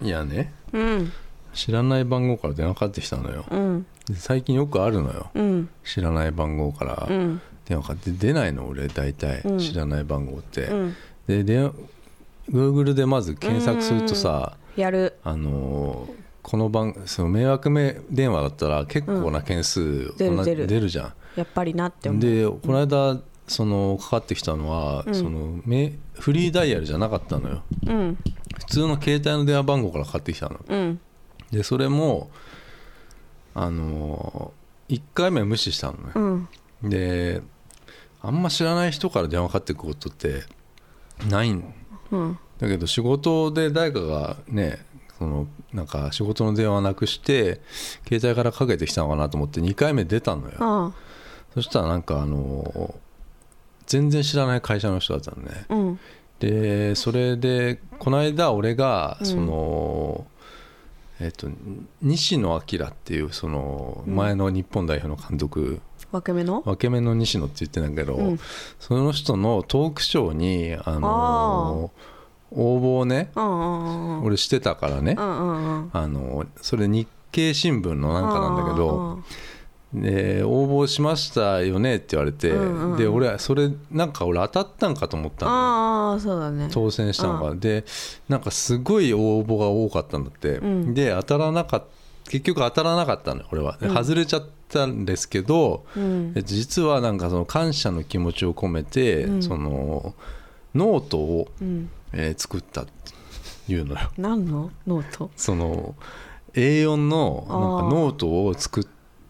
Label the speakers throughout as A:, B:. A: いやね
B: うん
A: 知らない番号から電話かかってきたのよ
B: うん
A: で最近よくあるのよ
B: うん
A: 知らない番号から
B: うん
A: 電話かかって出ないの俺大体
B: うん
A: 知らない番号って、
B: うん
A: で電話 Google でまず検索するとさ、
B: やる
A: あのーこの番その迷惑め電話だったら結構な件数
B: 出る
A: 同じ
B: 出る
A: 出るじゃ
B: やっぱりなって思
A: ん
B: う
A: でこの間そのかかってきたのは、
B: うん
A: そのめフリーダイヤルじゃなかったのよ
B: うん
A: 普通の携帯の電話番号からかかってきたの
B: うん
A: でそれもあの1回目は無視したのね
B: うん
A: であんま知らない人から電話かかってくことってないん
B: うん
A: だけど仕事で誰かがねそのなんか仕事の電話なくして携帯からかけてきたのかなと思って2回目出たのよ
B: あ
A: そしたらなんかあの全然知らない会社の人だったのね
B: あうん
A: でそれでこの間俺が
B: うん
A: その、えっと西野明っていうその
B: うん
A: 前の日本代表の監督、
B: 分け目の
A: 分け目の西野って言ってんだけど、
B: うん
A: その人のトークショーにあの応募をね
B: うんうんうん
A: 俺してたからね、
B: うんうん
A: あのそれ日経新聞のなんかなんだけど、
B: うん
A: で応募しましたよねって言われて、
B: うんうん
A: で俺はそれなんか俺当たったんかと思ったのよ
B: ああそうだね
A: 当選したのが、でなんかすごい応募が多かったんだって、
B: うん
A: で当たらなかっ結局当たらなかったのよ俺は、で
B: うん
A: 外れちゃったんですけど、
B: うん
A: えっと実はなんかその感謝の気持ちを込めて、
B: うん
A: そのノートを、
B: うん
A: えー作ったっていうのよ
B: 何のノート
A: その A4 のなん
B: あー
A: かノートを作っ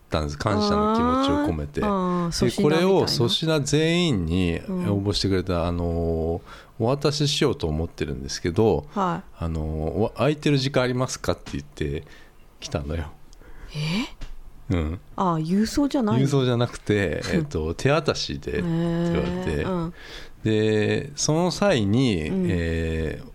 A: たんです感謝の気持ちを込めて
B: あーあー
A: で
B: 粗品
A: これ
B: みたい
A: を
B: な
A: 粗品全員に
B: ん
A: 応募してくれた、あのお渡ししようと思ってるんですけど、
B: は
A: あのお空いてる時間ありますかって言って来たのよ。えうん、
B: いああ郵送じゃない
A: 郵送じゃなく て、えっと、手渡しでって
B: へ
A: 言われて、
B: ーうん
A: でその際に、
B: うん
A: えー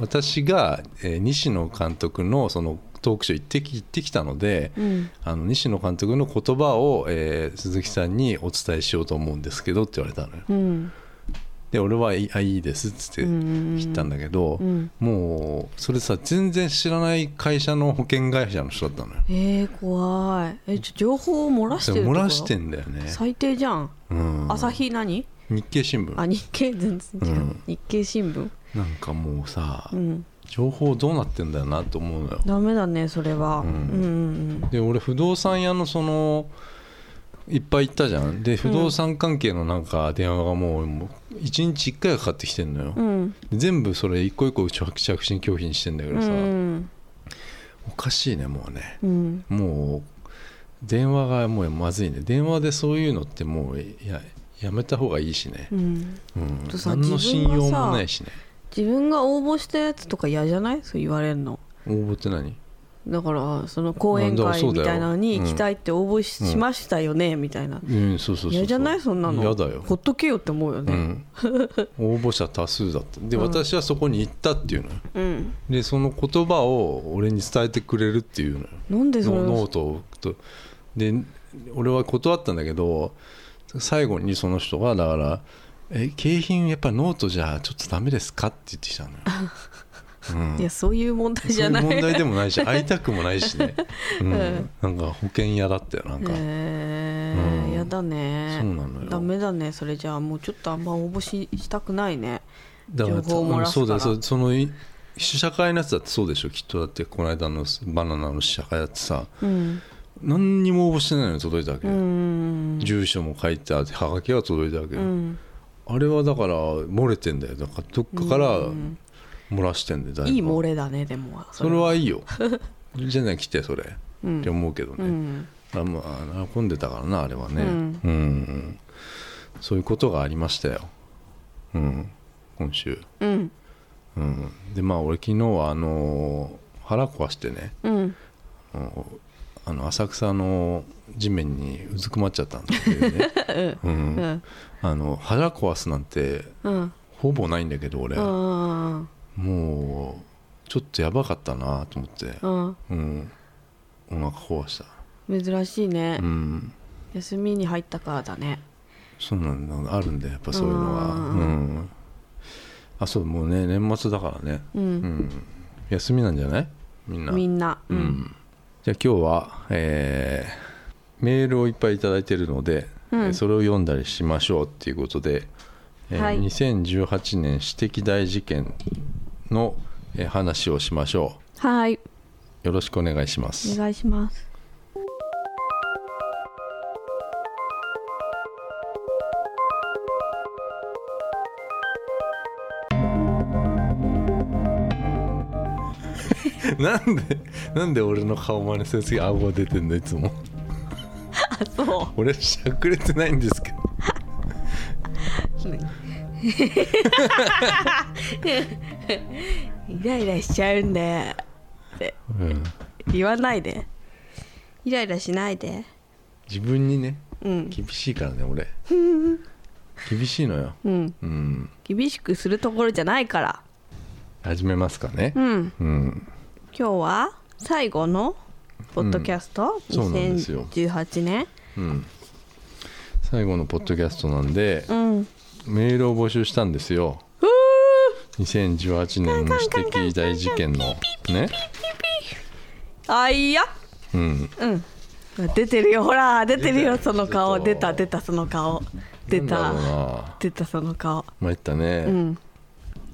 A: 私が、えー西野監督のそのトークショー行ってき行ってきたので、
B: うん
A: あの西野監督の言葉を、えー鈴木さんにお伝えしようと思うんですけどって言われたのよ
B: うん
A: で俺はいいあいいですっつって切ったんだけど、
B: うん
A: もうそれさ全然知らない会社の保険会社の人だったのよ
B: えー、怖いえちょ情報を漏らして
A: そ
B: る
A: れ
B: ってこ
A: 漏
B: と
A: らしてんだよね、
B: 最低じゃん、
A: うん、
B: 朝日何
A: 日経新聞
B: あ日経全然違う、
A: うん
B: 日経新聞
A: なんかもうさ、
B: うん
A: 情報どうなってんだよなと思うのよ
B: ダメだねそれは、う
A: うんん、
B: うんうん
A: で俺不動産屋のそのいっぱい行ったじゃんで不動産関係のなんか電話がもうもう1日1回はかかってきてんのよ、
B: うん
A: で全部それ一個一個うちは着信拒否にしてんだけ
B: う
A: どさ、
B: ん
A: おかしいねもうね
B: うん
A: もう電話がもうまずいね電話でそういうのってもういややめた方がいいしね、
B: うん
A: うん
B: と、さ
A: 何の信用
B: 自分が
A: も
B: さ
A: ないしね
B: 自分が応募したやつとか嫌じゃないそう言われるの
A: 応募って何
B: だからその講
A: な
B: 演
A: んだ
B: 会
A: そうだ
B: み
A: よ
B: たいなのに行きたいって応募し,、
A: うん
B: ましたよねみたいな
A: うんそうそうそうう
B: 嫌じゃないそんなの
A: 嫌だよ
B: ほっとけよって思うよ
A: う
B: ね
A: ん、応募者多数だったで、
B: うん
A: 私はそこに行ったっていうのよ
B: うん、
A: でその言葉を俺に伝えてくれるっていうのよ
B: なんでそれ
A: ノノー
B: を
A: トを置くとで俺は断ったんだけど最後にその人がだから「え景品やっぱりノートじゃちょっとダメですか?」って言ってきた のよ、うん
B: いやそういう問題
A: そ
B: じ
A: うい
B: ゃ
A: う
B: ない
A: 問題でもないし会いたくもないし ね、うん
B: うん
A: なんか保険屋だったよなんか、
B: へ
A: うん
B: えやだね
A: そうなのよ
B: ダメだねそれじゃあもうちょっとあんま応募ししたくないね
A: だから
B: 情報を漏らすか
A: そ
B: ら
A: うだよそうそのい試写会のやつだってそうでしょきっとだってこの間のバナナの試写会だってさ
B: うん
A: 何にも応募してないのに届いたわけ
B: う
A: よ、
B: ん
A: 住所も書いてあってはがきが届いたわけ
B: う
A: よ、
B: ん
A: あれはだから漏れてんだよだからどっかから漏らしてんだよだぶ
B: いい漏れだねでも
A: それはいいよじゃない来てそれ、
B: うん
A: って思うけど
B: う
A: ね、
B: ん
A: あまあ混んでたからなあれはね
B: うん
A: うん、そういうことがありましたようん今週
B: うん
A: うんでまあ俺昨日はあのー腹壊してね
B: うん
A: あのあの浅草の地面にうずくまっちゃったんだけどね、う
B: うんん
A: あの腹壊すなんて
B: うん
A: ほぼないんだけど俺、
B: うん
A: もうちょっとやばかったなと思って、
B: うん
A: うん、お腹壊した
B: 珍しいね
A: うん
B: 休みに入ったからだね
A: そうなんだあるんだよやっぱそういうのは
B: う
A: うんん、あそうもうね年末だからね
B: う
A: うんん休みなんじゃないみんな
B: みんな、
A: う
B: うん
A: ん、じゃあ今日は、えーメールをいっぱい頂いただいてるので、
B: うん
A: えーそれを読んだりしましょうっていうことで、えー
B: はい
A: 2018年私的大事件の、えー話をしましょ
B: はい、
A: うよろしくお願いします
B: お願いします。
A: なんでなんで俺の顔真似する次顎出てんのいつも
B: あ、そ
A: 俺しゃくれてないんですけど
B: う。 イライラしちゃうんで、
A: うん
B: 言わないで。イライラしないで。
A: 自分にね
B: うん、
A: 厳しいからね 俺厳しいのよ
B: うん、
A: うん
B: 厳しくするところじゃないから。
A: 始めますかね
B: うん、
A: うん
B: 今日は最後のポッドキャスト、
A: うんそうなんですよ
B: 2018年。
A: うん、最後のポッドキャストなんで、
B: うん、
A: メールを募集したんですよ
B: ふう
A: 2018年の私的大事件のね
B: あいや。
A: うん
B: うん。出てるよ、ほら、出てるよ、
A: 出た
B: そ
A: よ
B: の
A: ち
B: 顔、
A: ょっと
B: 出た、出た、その顔。出
A: なんだろう
B: た、
A: な
B: 出た、その顔。
A: 参ったね
B: う、ん、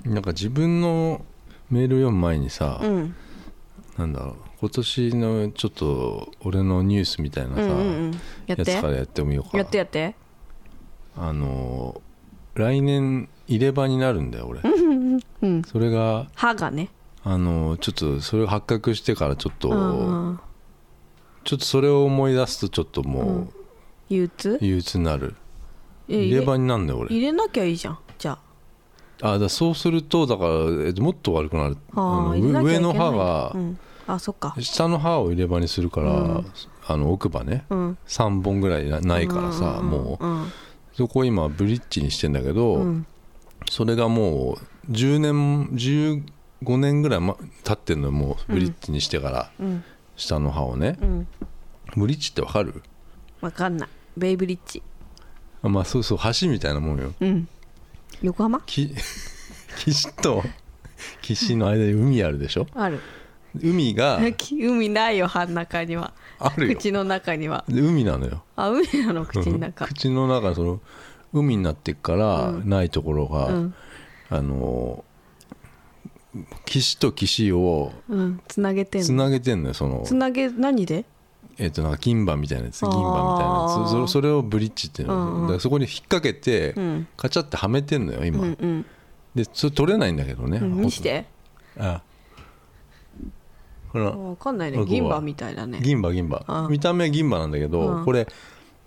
A: なんか自分のメール読む前にさ、
B: うん、
A: なんだろう今年のちょっと俺のニュースみたいな
B: う
A: さ、
B: ん、うん、うん。やって。
A: やつからやってみようか
B: やって、やって。
A: あのー来年入れ歯になるんだよ俺
B: うん、
A: それが
B: 歯がね。
A: あのーちょっとそれを発覚してからちょっと、
B: うんうん
A: ちょっとそれを思い出すとちょっともう、
B: うん憂鬱。
A: 憂鬱になる
B: え
A: 入
B: 入
A: れ
B: れ
A: 歯になんだよ俺
B: 入れなきゃいいじゃん。じゃあ。
A: あだからそうするとだから、えっともっと悪くなるあ
B: あ
A: の
B: ー入れなきゃい
A: 上
B: けない
A: の歯が
B: う、んあ、そっか。
A: 下の歯を入れ歯にするから、
B: うん
A: あの奥歯ね
B: うん。
A: 3本ぐらいなないからさ、
B: うん
A: もう
B: うん
A: そこを今ブリッジにしてんだけど、
B: うん。
A: それがもう10年15年ぐらい、ま、経ってんのよもうブリッジにしてから、
B: うん。
A: 下の歯をね
B: うん。
A: ブリッジってわかる
B: わかんない。ベイブリッジ。
A: あまあそうそう橋みたいなもんよ
B: うん。横浜。
A: き岸と岸の間に海あるでしょ
B: ある。
A: 海が
B: 海ないよ、歯の中には。
A: あるよ
B: 口の中には。
A: で海なのよ
B: あ、海なの、口の中。
A: 口の中その海になってっから
B: う
A: ないところが、
B: うん。
A: あのー岸と岸を
B: うん。つなげてんの
A: つなげてんのよその
B: つなげ何で
A: えっ、となんか金歯みたいなやつ
B: あ
A: 銀
B: ー
A: 歯みたいなやつそれそれをブリッジっていうの、
B: うんうん
A: だからそこに引っ掛けて、
B: うん
A: カチャってはめてんのよ
B: う
A: 今、
B: んうん
A: でそれ取れないんだけどね、
B: うん見して
A: あほら
B: 分かんない
A: こ
B: ね
A: こは
B: 銀歯みたいだね
A: 銀歯銀
B: あ
A: 歯
B: あ
A: 見た目は銀歯なんだけど、
B: うん
A: これ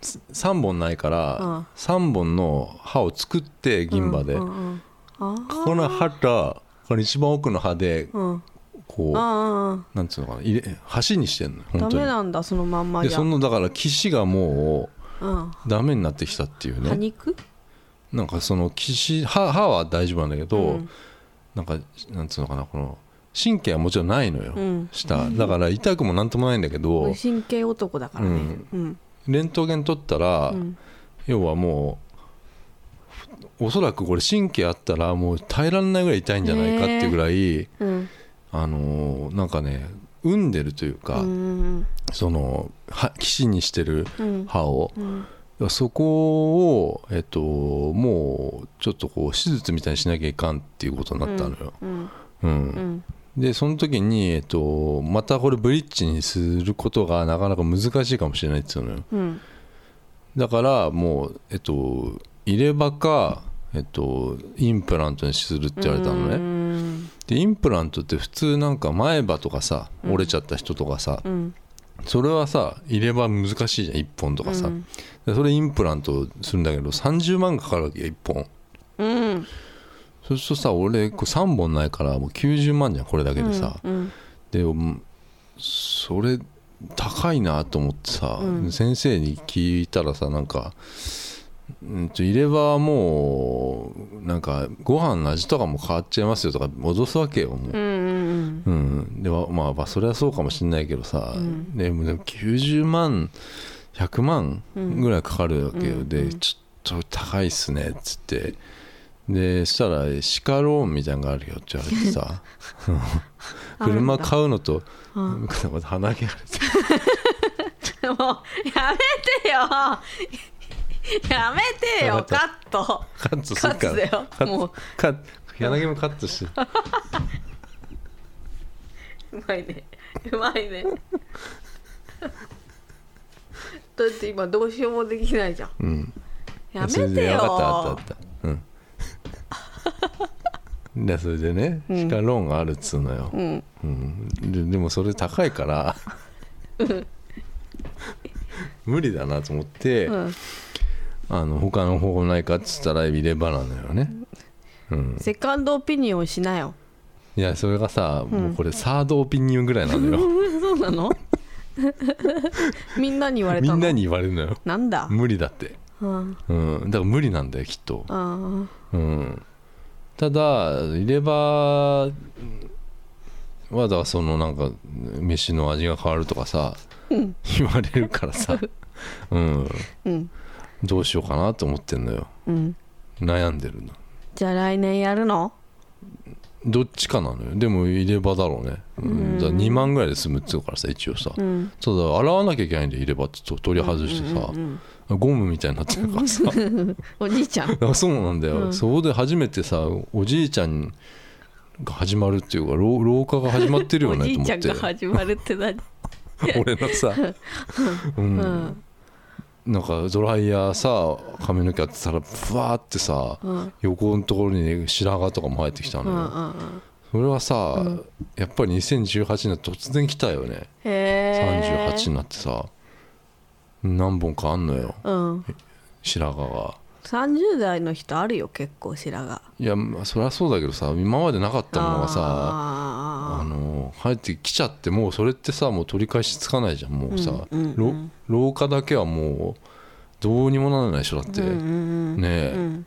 A: 3本ないから、
B: うん
A: 3本の歯を作って銀歯で、
B: うんうんうんあ
A: ここの歯とこの一番奥の歯で
B: ーうん
A: こう、
B: あ
A: なんつうのかな入れ橋にしてんの
B: ーダ
A: 本
B: メ
A: 当
B: なんだそのまんま
A: にで
B: じゃ
A: そ
B: うん
A: のだから岸がも
B: 歯
A: うダメになってきたっていうね
B: 肉
A: なんかその岸歯歯は大丈夫なんだけど、
B: うん
A: なんかなんつうのかなこの神経はもちろんないのよ、
B: うん
A: 下だから痛くもなんともないんだけど、
B: 神経男だからねうん
A: レントゲン取ったら、
B: うん
A: 要はもうおそらくこれ神経あったらもう耐えられないぐらい痛いんじゃないかっていうぐらい、
B: うん
A: あのーなんかね産んでるという
B: う
A: か、
B: ん
A: そのは岸にしてる
B: うん
A: 歯を、
B: うん
A: そこを、えっと、もうちょっとこう手術みたいにしなきゃいかんっていうことになったのよ。
B: うん
A: うん
B: うん
A: でその時に、えっと、またこれブリッジにすることがなかなか難しいかもしれないっていうのよ。
B: うん
A: だからもうえっと入れ歯かえっとインプラントにするって言われたの
B: う
A: ね
B: ん
A: でインプラントって普通なんか前歯とかさ折れちゃった人とかさ、
B: うん
A: それはさ入れ歯難しいじゃん1本とかさ、でそれインプラントするんだけど30万かかるわけよ1本
B: うん
A: そうするとさ俺こう3本ないからもう90万じゃんこれだけでさ、
B: うん
A: でうんそれ高いなと思ってさ、
B: うん
A: 先生に聞いたらさなんか、うん、と入れ歯はもうなんかご飯の味とかも変わっちゃいますよとか戻すわけよも
B: う
A: う。
B: ん
A: うん、でわまあ、まあそれはそうかもしれないけどさ、
B: うん
A: でもでも90万100万
B: うん
A: ぐらいかかるわけよ、
B: うんう
A: で
B: ん
A: ちょっと高いっすねっつってでしたら「シカローンみたいなのがあるよ」って言われて さ
B: あ
A: 車
B: るんだ
A: 買うのと
B: う
A: なんんか また鼻毛が
B: もうやめてよやめてよ
A: わ
B: カ
A: か
B: ット
A: カットするから
B: カットだよ
A: カッ
B: もう
A: カッ柳もカットして
B: うまいねうまいねだって今どうしようもできないじゃん
A: うん
B: やめ
A: それ
B: て
A: で
B: よ
A: 分かったあったあった うんでそれでねシカローンがあるっつうのよ、
B: うん
A: うんででもそれ高いから無理だなと思って、
B: うん
A: あの他の方法ないかっつったら入れ歯なのよね、うん、
B: セカンドオピニオンしなよ
A: いやそれがさ、もうこれサードオピニオンぐらいなのよ
B: そうなのみんなに言われ
A: み
B: たの
A: んなに言われるのよ
B: なんだ
A: 無理だって、
B: うん
A: うん、だから無理なんだよきっと、
B: あ
A: うん、ただ入れ歯はだからそのなんか飯の味が変わるとかさ、言われるからさ、うん、
B: ーうん
A: どうしようかなと思ってんのよ
B: うん
A: 悩んでるの
B: じゃあ来年やるの
A: どっちかなのよでも入れ歯だろうね、うん、だから2万ぐらいで済むっつうからさ一応さ、
B: うん
A: ただ洗わなきゃいけないんで入れ歯ってと取り外してさ、
B: うん
A: ゴムみたいになってるから さ
B: おじいちゃん
A: あそうなんだよ、
B: うん
A: そこで初めてさおじいちゃんが始まるっていうか老老化が始まってるよ
B: お
A: ね
B: じ
A: と
B: いち
A: 思って
B: ゃんが始まるって何
A: 俺のさ、 うん
B: うん
A: なんかドライヤーさ髪の毛やってたらブワーってさ、
B: うん
A: 横のところに白髪とかも生えてきた
B: う
A: のよ、
B: んうんうん
A: それはさ、やっぱり2018年突然来たよね
B: へえ
A: 38になってさ何本かあんのよ
B: うん
A: 白髪が
B: 30代の人あるよ結構白髪
A: いやまあそりゃそうだけどさ今までなかったものがさあ
B: あ
A: の入ってきちゃってもうそれってさもう取り返しつかないじゃんもうさ、
B: うんうん
A: ろ老化だけはもうどうにもならないでしょだって、
B: ーうんうん
A: ねえ、
B: うんうん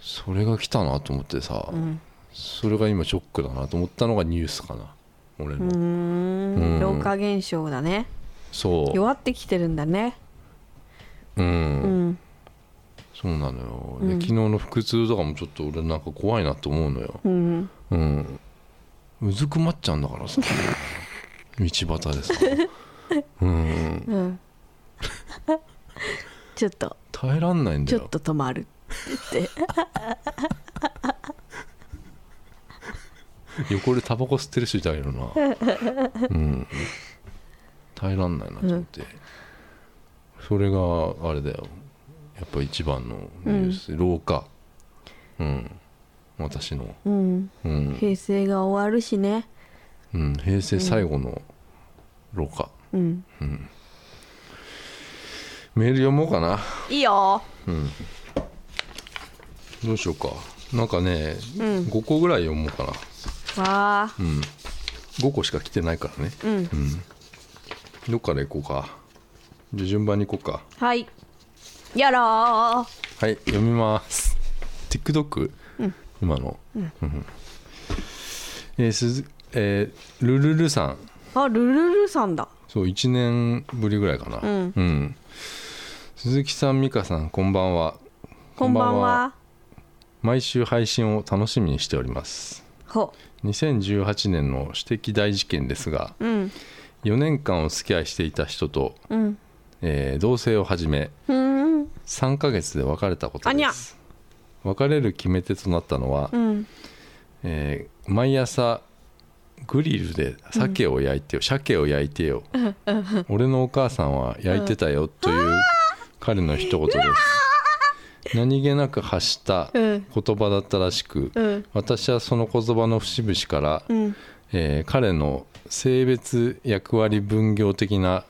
A: それが来たなと思ってさ、
B: うん
A: それが今ショックだなと思ったのがニュースかな俺の、
B: うー
A: うん
B: ん老化現象だね
A: そ
B: 弱ってきてるんだね
A: う、うん
B: うん
A: そうなのよ、
B: うん
A: で昨日の腹痛とかもちょっと俺なんか怖いなと思うのよ
B: うん
A: うんうずくまっちゃうんだから さ道端でさうん
B: うんちょっと
A: 耐えらんないんだ
B: ち
A: よ
B: ょっと止まるって言って
A: 横でタバコ吸ってる人いたけどな、 うん、耐えらんないなと思って、それがあれだよやっぱ一番のニュース、老化うん私の、
B: うん
A: うん
B: 平成が終わるしね
A: うん、平成最後の老化、
B: うん
A: メール読もうかない
B: いよ
A: どうしようかなんかね、
B: うん
A: 5個ぐらい読もうかな、
B: わあ
A: うん、5個しか来てないからね
B: うん
A: どっから行こうかじゃあ順番に行こうか
B: はいやろー
A: はい読みます TikTok、今の、うんえー鈴えールルルさん
B: あルルルさんだ
A: そう1年ぶりぐらいかな、
B: うん
A: 鈴木さん美香さんこんばんは
B: こんばんは
A: 毎週配信を楽しみにしております
B: ほ
A: 2018年の私的大事件ですが
B: うん
A: 4年間お付き合いしていた人と、
B: うん
A: えー同棲を始め
B: うん
A: 3ヶ月で別れたこと
B: あに
A: で
B: ゃ
A: す別れる決め手となったのは、
B: うん
A: えー毎朝グリルで鮭を焼いてよ、鮭を焼いてよ俺のお母さんは焼いてたよという彼の一言です何気なく発した
B: うん
A: 言葉だったらしく、
B: うん
A: 私はその言葉の節々から、
B: うん
A: えー彼の性別役割分業的な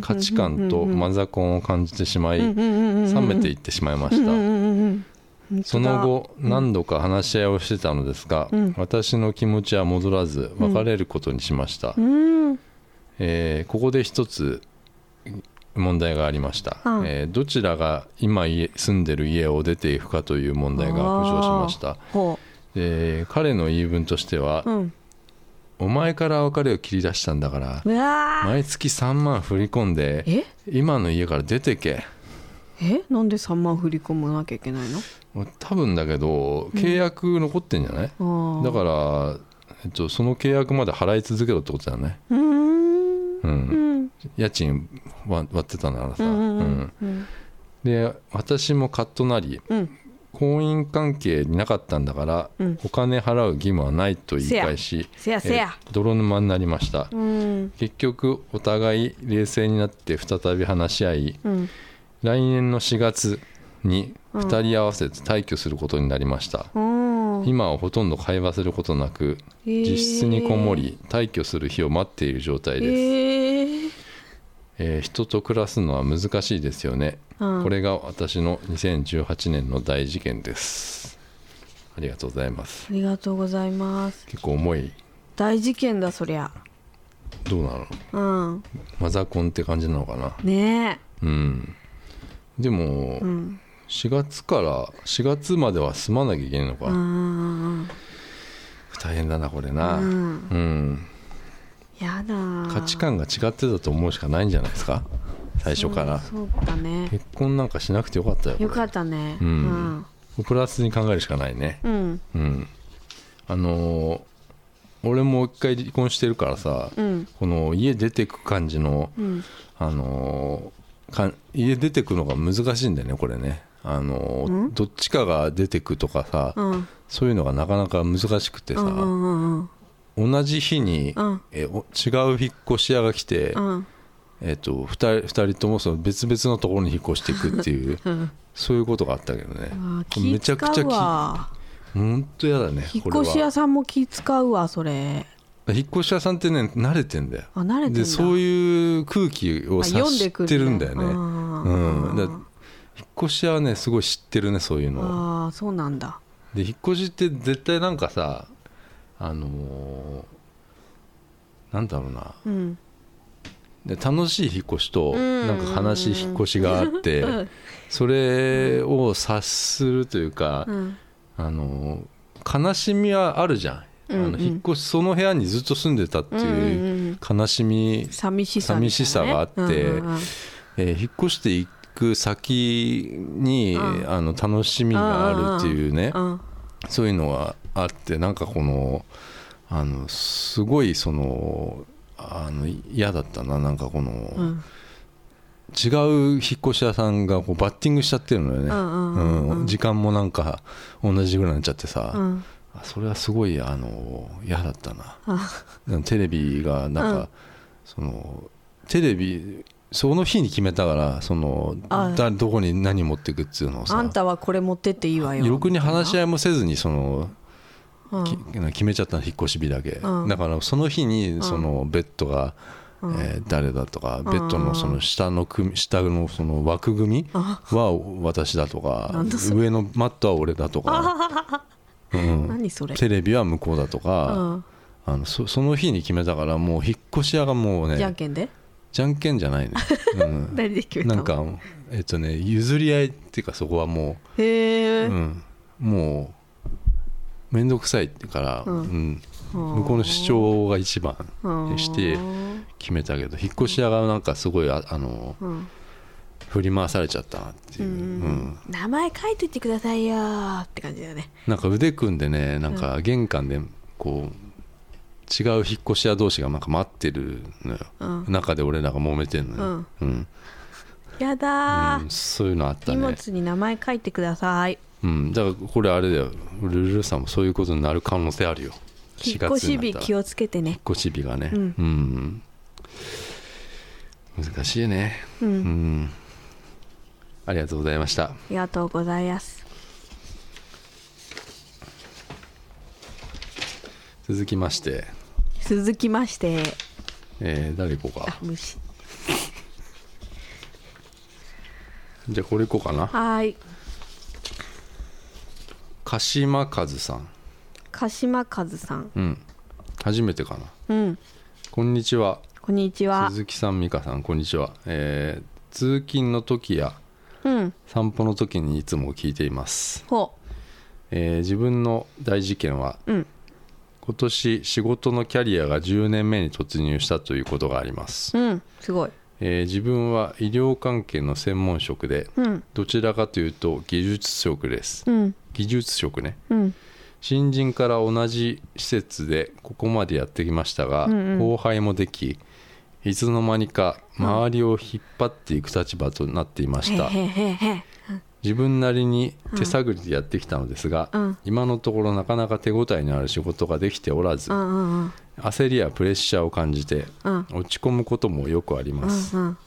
A: 価値観とマザコンを感じてしまい冷めていってしまいました、その後何度か話し合いをしてたのですが、私の気持ちは戻らず別れることにしました、
B: うん
A: えーここで一つ問題がありました、
B: うん
A: えーどちらが今家住んでる家を出ていくかという問題が浮上しました、
B: ほ
A: えー彼の言い分としては
B: ううん
A: 「お前から別れを切り出したんだから
B: うわー
A: 毎月3万振り込んで
B: え
A: 今の家から出てけ」
B: えなんで3万振り込まなきゃいけない
A: 多分だけど契約残ってんじゃない、
B: の
A: だ
B: ら
A: から、えっと、その契約まで払い続けろってことじゃない、
B: うーん
A: うん
B: うん
A: 家賃割割ってたなら
B: う
A: さ、
B: んう
A: うん
B: んうん
A: で私もカッとなり
B: うん
A: 婚姻関係になかったんだから、
B: うん
A: お金払う義務はないと言い返し
B: せやせや
A: えー泥沼になりました、
B: うん
A: 結局お互い冷静になって再び話し合い
B: うん
A: 来年の4月に
B: うん
A: 2人合わせて退去することになりました、
B: うん
A: 今はほとんど会話することなく自室にこもり退去する日を待っている状態です、
B: えー
A: えー人と暮らすのは難しいですよね、
B: うん
A: これが私の2018年の大事件ですありがとうございます
B: ありがとうございます
A: 結構重い
B: 大事件だそりゃ
A: どうなの
B: うん
A: マザコンって感じなのかな
B: ね
A: うんでも、
B: えうん
A: 4月から4月までは住まなきゃいけないのか、
B: うん
A: 大変だなこれ
B: う
A: なうん、
B: んやだー
A: 価値観が違ってたと思うしかないんじゃないですか最初から
B: そうそうだね
A: 結婚なんかしなくてよかったよこれ
B: よかったね
A: うんプラスに考えるしかないね
B: うん
A: うんあのー俺も一回離婚してるからさ、
B: うん
A: この家出てく感じの、
B: うん
A: あのーか家出てくのが難しいんだよねこれねあのー
B: うん
A: どっちかが出てくとかさ、
B: うん
A: そういうのがなかなか難しくて
B: う
A: さ、
B: んうんうん
A: 同じ日に、
B: うん
A: えお違う引っ越し屋が来て、
B: うん
A: えっと 2, 人二人ともその別々のところに引っ越していくって いう
B: うん
A: そういうことがあったけどね
B: あー
A: これめちゃくち
B: 気
A: ゃ
B: 使うわ
A: 本当やだね
B: 引
A: これ
B: っ越し屋
A: は
B: さんも気使うわそれ
A: 引っ越し屋さんってね慣れてんだよ
B: あ慣れてんだ
A: でそういう空気を
B: あ
A: 察してるんだよね
B: あー
A: うんだ引っ越し屋はねすごい知ってるねそういうのを
B: あーそうなんだ
A: で引っ越しって絶対なんかさあのーなんだろうな
B: うん
A: で楽しい引っ越しと
B: うん
A: なんか悲しい引っ越しがあって、
B: うん
A: それを察するというか、
B: うん
A: あの悲しみはあるじゃん、
B: うんうん
A: あの引っ越しその部屋にずっと住んでたって
B: うんうんう
A: いうん悲しみ、
B: 寂しさみたいなね
A: 寂しさがあって
B: うんうん
A: えー引っ越していく先に、
B: うん
A: あの楽しみがあるっていうね、
B: うん
A: そういうのがあってなんかこのあのすごいそのあの嫌だったななんかこの、
B: うん
A: 違う引っ越し屋さんがこうバッティングしちゃってるのよね、
B: うんうんうん
A: うん時間もなんか同じぐらいになっちゃってさ、
B: うん
A: あそれはすごいあの嫌だったな
B: あ
A: なんかテレビがなんか、
B: うん
A: そのテレビその日に決めたからその
B: あ
A: だどこに何持ってくっつうのをさ
B: あんたはこれ持ってっていいわよ
A: ろくに話し合いもせずにその、
B: うん
A: き決めちゃったの引っ越し日だけ、
B: うん
A: だからその日にそのベッドが、
B: うん
A: えー誰だとか、ベッドのその下の組下のその枠組み
B: あ
A: は私だと
B: な
A: か
B: んだそれ
A: 上のマットは俺だとか、うん、
B: 何それ
A: テレビは向こうだとか、
B: うん
A: あのそその日に決めたからもう引っ越し屋がもうね
B: じゃんけんで
A: じゃんけんじゃないね、うん
B: 誰で決 めた
A: な
B: の
A: んかえっとね譲り合いっていうかそこはもう。
B: へえ
A: うん、もう面倒くさいってから、う
B: うん
A: 向こうの主張が一番にして
B: うん
A: 決めたけど引っ越し屋がなんかすごいああの
B: うん
A: 振り回されちゃったなっていう、うん
B: 名前書いといてくださいよーって感じだよね
A: なんか腕組んでねなんか玄関でこう違う引っ越し屋同士がなんか待ってるのよ、
B: うん
A: 中で俺らが揉めてんのよ、うん
B: やだ
A: うん
B: ー
A: そういうのあった
B: 荷
A: ね、
B: 物に名前書いてください
A: うん、だからこれあれだよルルルさんもそういうことになる可能性あるよ4月に
B: 引っ越し
A: なったら
B: 日気をつけてね
A: 引っ越し日がね、う、
B: うん
A: 難しいね、
B: うん
A: うんありがとうございました
B: ありがとうございます
A: 続きまして、
B: 続きまして
A: えー誰行こう
B: あ
A: か
B: 虫
A: じゃあこれ行こうかな
B: はーい
A: 鹿島和さん
B: 鹿島和さん
A: うん初めてかな
B: うん
A: こんにちは
B: こんにちは
A: 鈴木さん美香さんこんにちは、えー通勤の時や
B: うん
A: 散歩の時にいつも聞いています、
B: ほ
A: えー自分の大事件は
B: ううん
A: 今年仕事のキャリアが10年目に突入したということがあります
B: うんすごい
A: えー自分は医療関係の専門職で
B: うん
A: どちらかというと技術職です
B: うん
A: 技術職ね
B: うん
A: 新人から同じ施設でここまでやってきましたが、
B: うんうん
A: 後輩もできいつの間にか周りを引っ張っていく立場となっていま
B: へ
A: した、
B: へへへ
A: 自分なりに手探りでやってきたのですが、
B: うん
A: 今のところなかなか手応えのある仕事ができておらず、
B: うんうん
A: 焦りやプレッシャーを感じて
B: うん
A: 落ち込むこともよくあり
B: う
A: ま
B: ん
A: す、
B: うん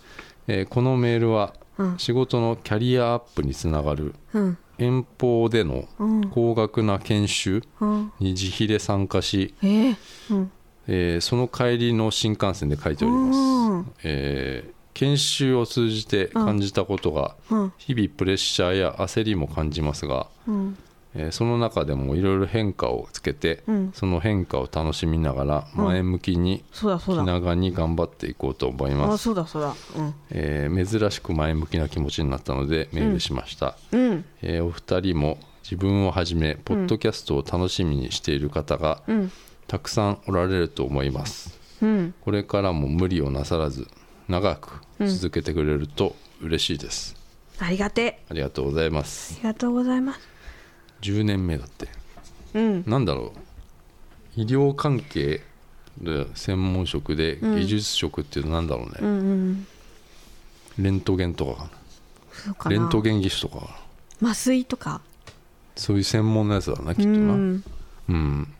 A: えーこのメールは
B: うん
A: 仕事のキャリアアップにつながる
B: うん
A: 遠方での
B: うん
A: 高額な研修
B: うん
A: に自費で参加し、
B: えーうん
A: えーその帰りの新幹線で書いており
B: う
A: ま
B: ん
A: す、えー研修を通じて感じたことが
B: うん
A: 日々プレッシャーや焦りも感じますが、
B: うん
A: えーその中でもいろいろ変化をつけて、
B: うん
A: その変化を楽しみながら
B: うん
A: 前向きに
B: そうだそ
A: 気
B: うだ
A: 長に頑張っていこうと思いま
B: あ
A: す、
B: そうだそうだうん
A: えー珍しく前向きな気持ちになったのでメールしました、
B: うん
A: えーお二人も自分をはじめポッドキャストを楽しみにしている方が
B: うん
A: たくさんおられると思います
B: うん
A: これからも無理をなさらず長く続けてくれると嬉しいです、
B: ありがて
A: ありがとうございます
B: えありがとうございます
A: 10年目だって
B: うん
A: なんだろう医療関係で専門職で技術職っていうとなんだろうね、
B: うんうん
A: レントゲンとかか
B: そうか
A: な
B: な
A: レントゲン技師とかかな
B: 麻酔とか
A: そういう専門のやつだなきっ
B: う
A: となうん、
B: ん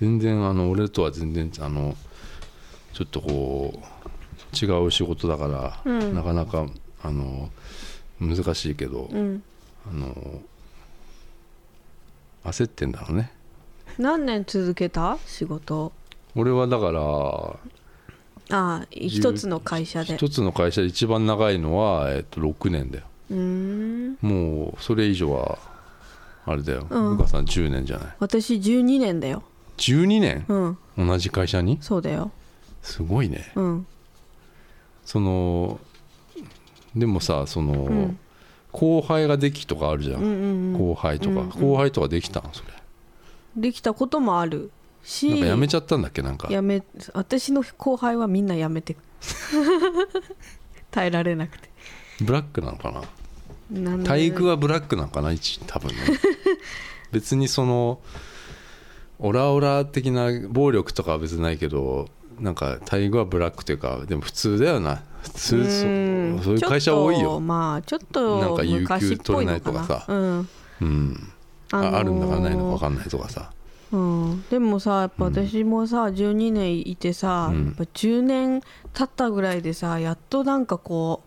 A: 全然あの俺とは全然あのちょっとこう違う仕事だから、
B: うん
A: なかなかあの難しいけど、
B: うん
A: あの焦ってんだろうね
B: 何年続けた仕事
A: 俺はだから
B: ああ一つの会社で
A: 一つの会社で一番長いのは、えっと、6年だよ
B: うーん
A: もうそれ以上はあれだよ
B: うん
A: ルカさん10年じゃない
B: 私12年だよ
A: 12年
B: うん
A: 同じ会社に
B: そうだよ
A: すごいね
B: うん
A: そのでもさその、
B: ん
A: 後輩ができとかあるじゃ
B: う
A: ん、
B: んうん
A: 後輩とか、
B: うんうん
A: 後輩とかできたんそれ
B: うんできたこともあるし
A: なんかやめちゃったんだっけなんか
B: やめ私の後輩はみんなやめて 耐えられなくて
A: ブラックなのかな
B: なんで
A: 体育はブラックなのかな一多 分ね別にそのオラオラ的な暴力とかは別にないけどなんか待遇はブラックというかでも普通だよな普通
B: う
A: そ
B: ん
A: うそういう会社多い
B: ちょっと
A: よ、
B: まあちょっ
A: なん
B: と
A: か有
B: 昔
A: 給
B: っぽ
A: 取れ
B: い
A: な
B: の
A: いと
B: か
A: か
B: な
A: さ
B: うん
A: うん、あ
B: のー
A: あるんだかないのか分かんないとかさ
B: うん、でもさやっぱ
A: うん
B: 私もさ12年いてさ、
A: うん
B: やっぱ10年経ったぐらいでさやっとなんかこ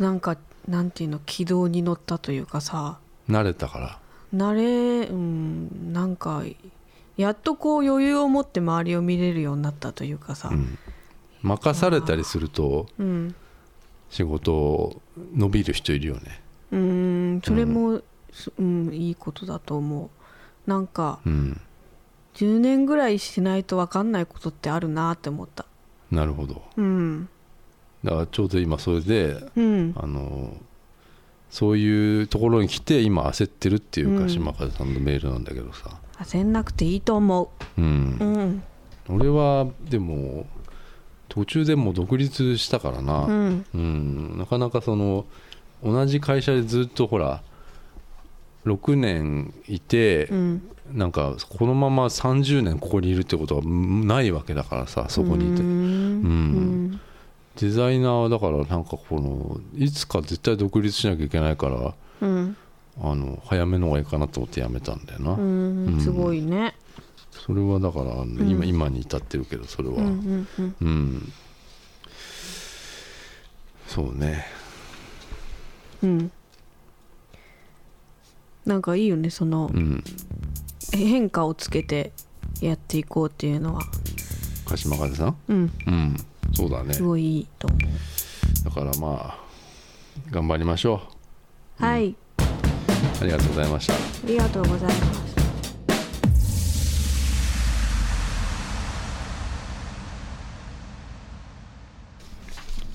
B: うなんかなんていうの軌道に乗ったというかさ
A: 慣れたから
B: 慣れうんなんかやっとこう余裕を持って周りを見れるようになったというかさ、
A: うん任されたりすると
B: うん、
A: 仕事伸びる人いるよね
B: うーんそれも、すうん、いいことだと思うなんか
A: うん
B: 10年ぐらいしないと分かんないことってあるなって思った
A: なるほど
B: うん
A: だからちょうど今それで
B: うん
A: あのそういうところに来て今焦ってるっていう
B: う
A: か
B: ん
A: 島風さんのメールなんだけどさ、
B: 焦んなくていいと思
A: うん
B: ううん
A: 俺はでも途中でもう独立したからな、う
B: う
A: ん
B: ん
A: なかなかその同じ会社でずっとほら6年いて、
B: うん
A: なんかこのまま30年ここにいるってことはうんないわけだからさそこにいて、
B: う
A: う
B: ー
A: ん
B: ん
A: デザイナーはだからなんかこのいつか絶対独立しなきゃいけないから
B: うん
A: あの早めの方がいいかなと思ってやめたんだよな、
B: うん
A: うん
B: すごいね
A: それはだからあの、
B: ん
A: 今今に至ってるけどそれは
B: う
A: うんん、
B: うん
A: そうね
B: うんうんなんかいいよねその
A: うん
B: 変化をつけてやっていこうっていうのは
A: 鹿島風さん
B: うん
A: うんそうだね
B: すごいいいと思う
A: だからまあ頑張りましょ
B: はい、
A: うありがとうございました
B: ありがとうございます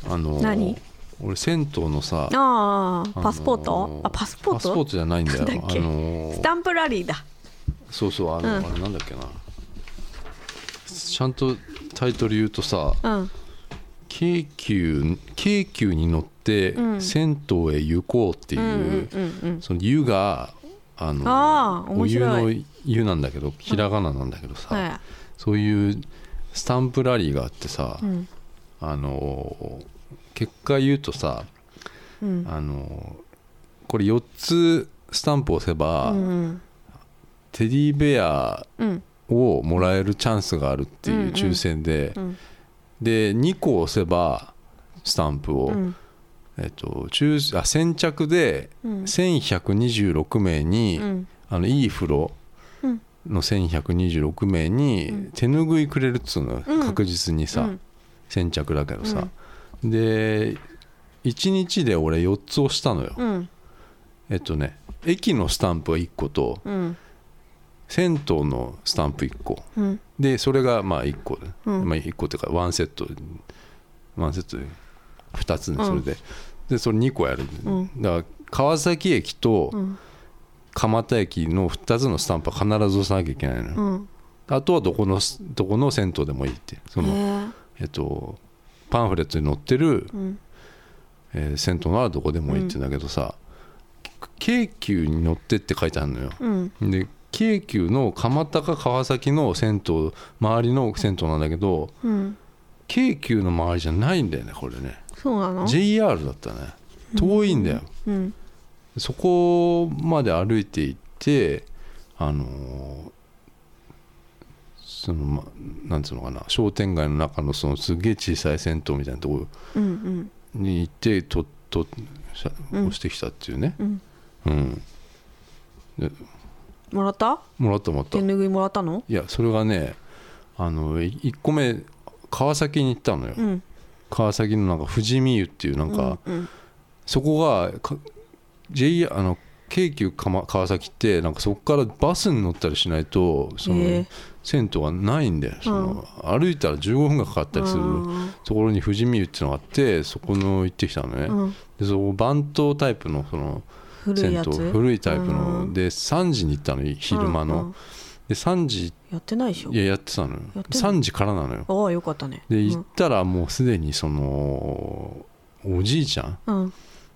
A: あの
B: 何
A: 俺銭湯のさ
B: ああ
A: あの
B: パスポートあパスポー
A: パスポー
B: ト
A: トじゃないんだよ
B: なんだっけ
A: あの
B: スタンプラリーだ
A: そうそうあの、
B: うん
A: あれなんだっけなちゃんとタイトル言うとさ
B: うん
A: 京急京急に乗って
B: うん
A: 銭湯へ行こうっていう、
B: うんうんうん
A: その湯があの
B: あー
A: お
B: 面
A: 湯
B: 白い
A: の湯なんだけどひらがななんだけどさ、
B: は
A: そういうスタンプラリーがあってさ、
B: いうん
A: あの結果言うとさ
B: うん
A: あのこれ4つスタンプ押せば、
B: うん
A: テディベア
B: うん
A: をもらえるチャンスがあるって
B: うん
A: いううん抽選で、
B: うん
A: で2個押せばスタンプを、
B: うん
A: えっと、抽あ先着で
B: うん
A: 1126名に、
B: うん
A: あのいい風呂
B: うん
A: の1126名
B: う
A: に
B: ん
A: 手拭いくれるっつうのよ、
B: うん
A: 確実にさ、
B: うん
A: 先着だけどさ、で1日で俺4つ押したのよ、
B: うん
A: えっとね駅のスタンプ1個と
B: うん
A: 銭湯のスタンプ1個
B: うん
A: でそれがまあ1個、
B: うん
A: まあ1個っていうかワンセットワンセットで2つ
B: う
A: ね
B: ん
A: それで、でそれ2個やる、
B: うん
A: だから川崎駅と
B: うん
A: 蒲田駅の2つのスタンプは必ず押さなきゃいけないのよ、
B: うん
A: あとはどこのすどこの銭湯でもいいってその、
B: へえ
A: えっと、パンフレットに載ってる、
B: うん
A: えー銭湯ならどこでもいいって言うんだけどさ、京急に乗ってって書いてあるのよ
B: うん
A: で京急の蒲田か川崎の銭湯周りの銭湯なんだけど
B: うん
A: 京急の周りじゃないんだよねこれね
B: そうなの
A: JR だったね遠いんだよ、
B: うん
A: そこまで歩いていってあのーそのまなんつうのかな商店街の中のそのすげえ小さい銭湯みたいなとこ
B: うんうん
A: ろに行ってととしゃ
B: うん
A: 押してきたっていうね、
B: うん
A: うん
B: もらった
A: もらったもらった
B: 手
A: い
B: ぬぐいもらったの
A: やそれがねあの1個目川崎に行ったのよ、
B: うん
A: 川崎のなんか富士見湯っていうなんか、
B: うん
A: そこがか JR あの京急鎌川崎ってなんかそこからバスに乗ったりしないとそ
B: へ
A: の
B: え
A: 銭湯がないんで、その歩いたら15分がかかったりする
B: うん
A: ところに富士見湯っていうのがあってそこの行ってきたのね、
B: うん
A: でそこ番頭タイプのその
B: 古
A: 銭
B: い
A: 湯
B: やつ
A: 古いタイプ
B: う
A: の
B: ん
A: で3時に行ったのい昼間の、
B: うんうん
A: で3時
B: やってないでしょ
A: いややってたのよ
B: やってんの
A: 3時からなのよ
B: ああよかったね
A: で
B: うん
A: 行ったらもうすでにそのおじいちゃん
B: うん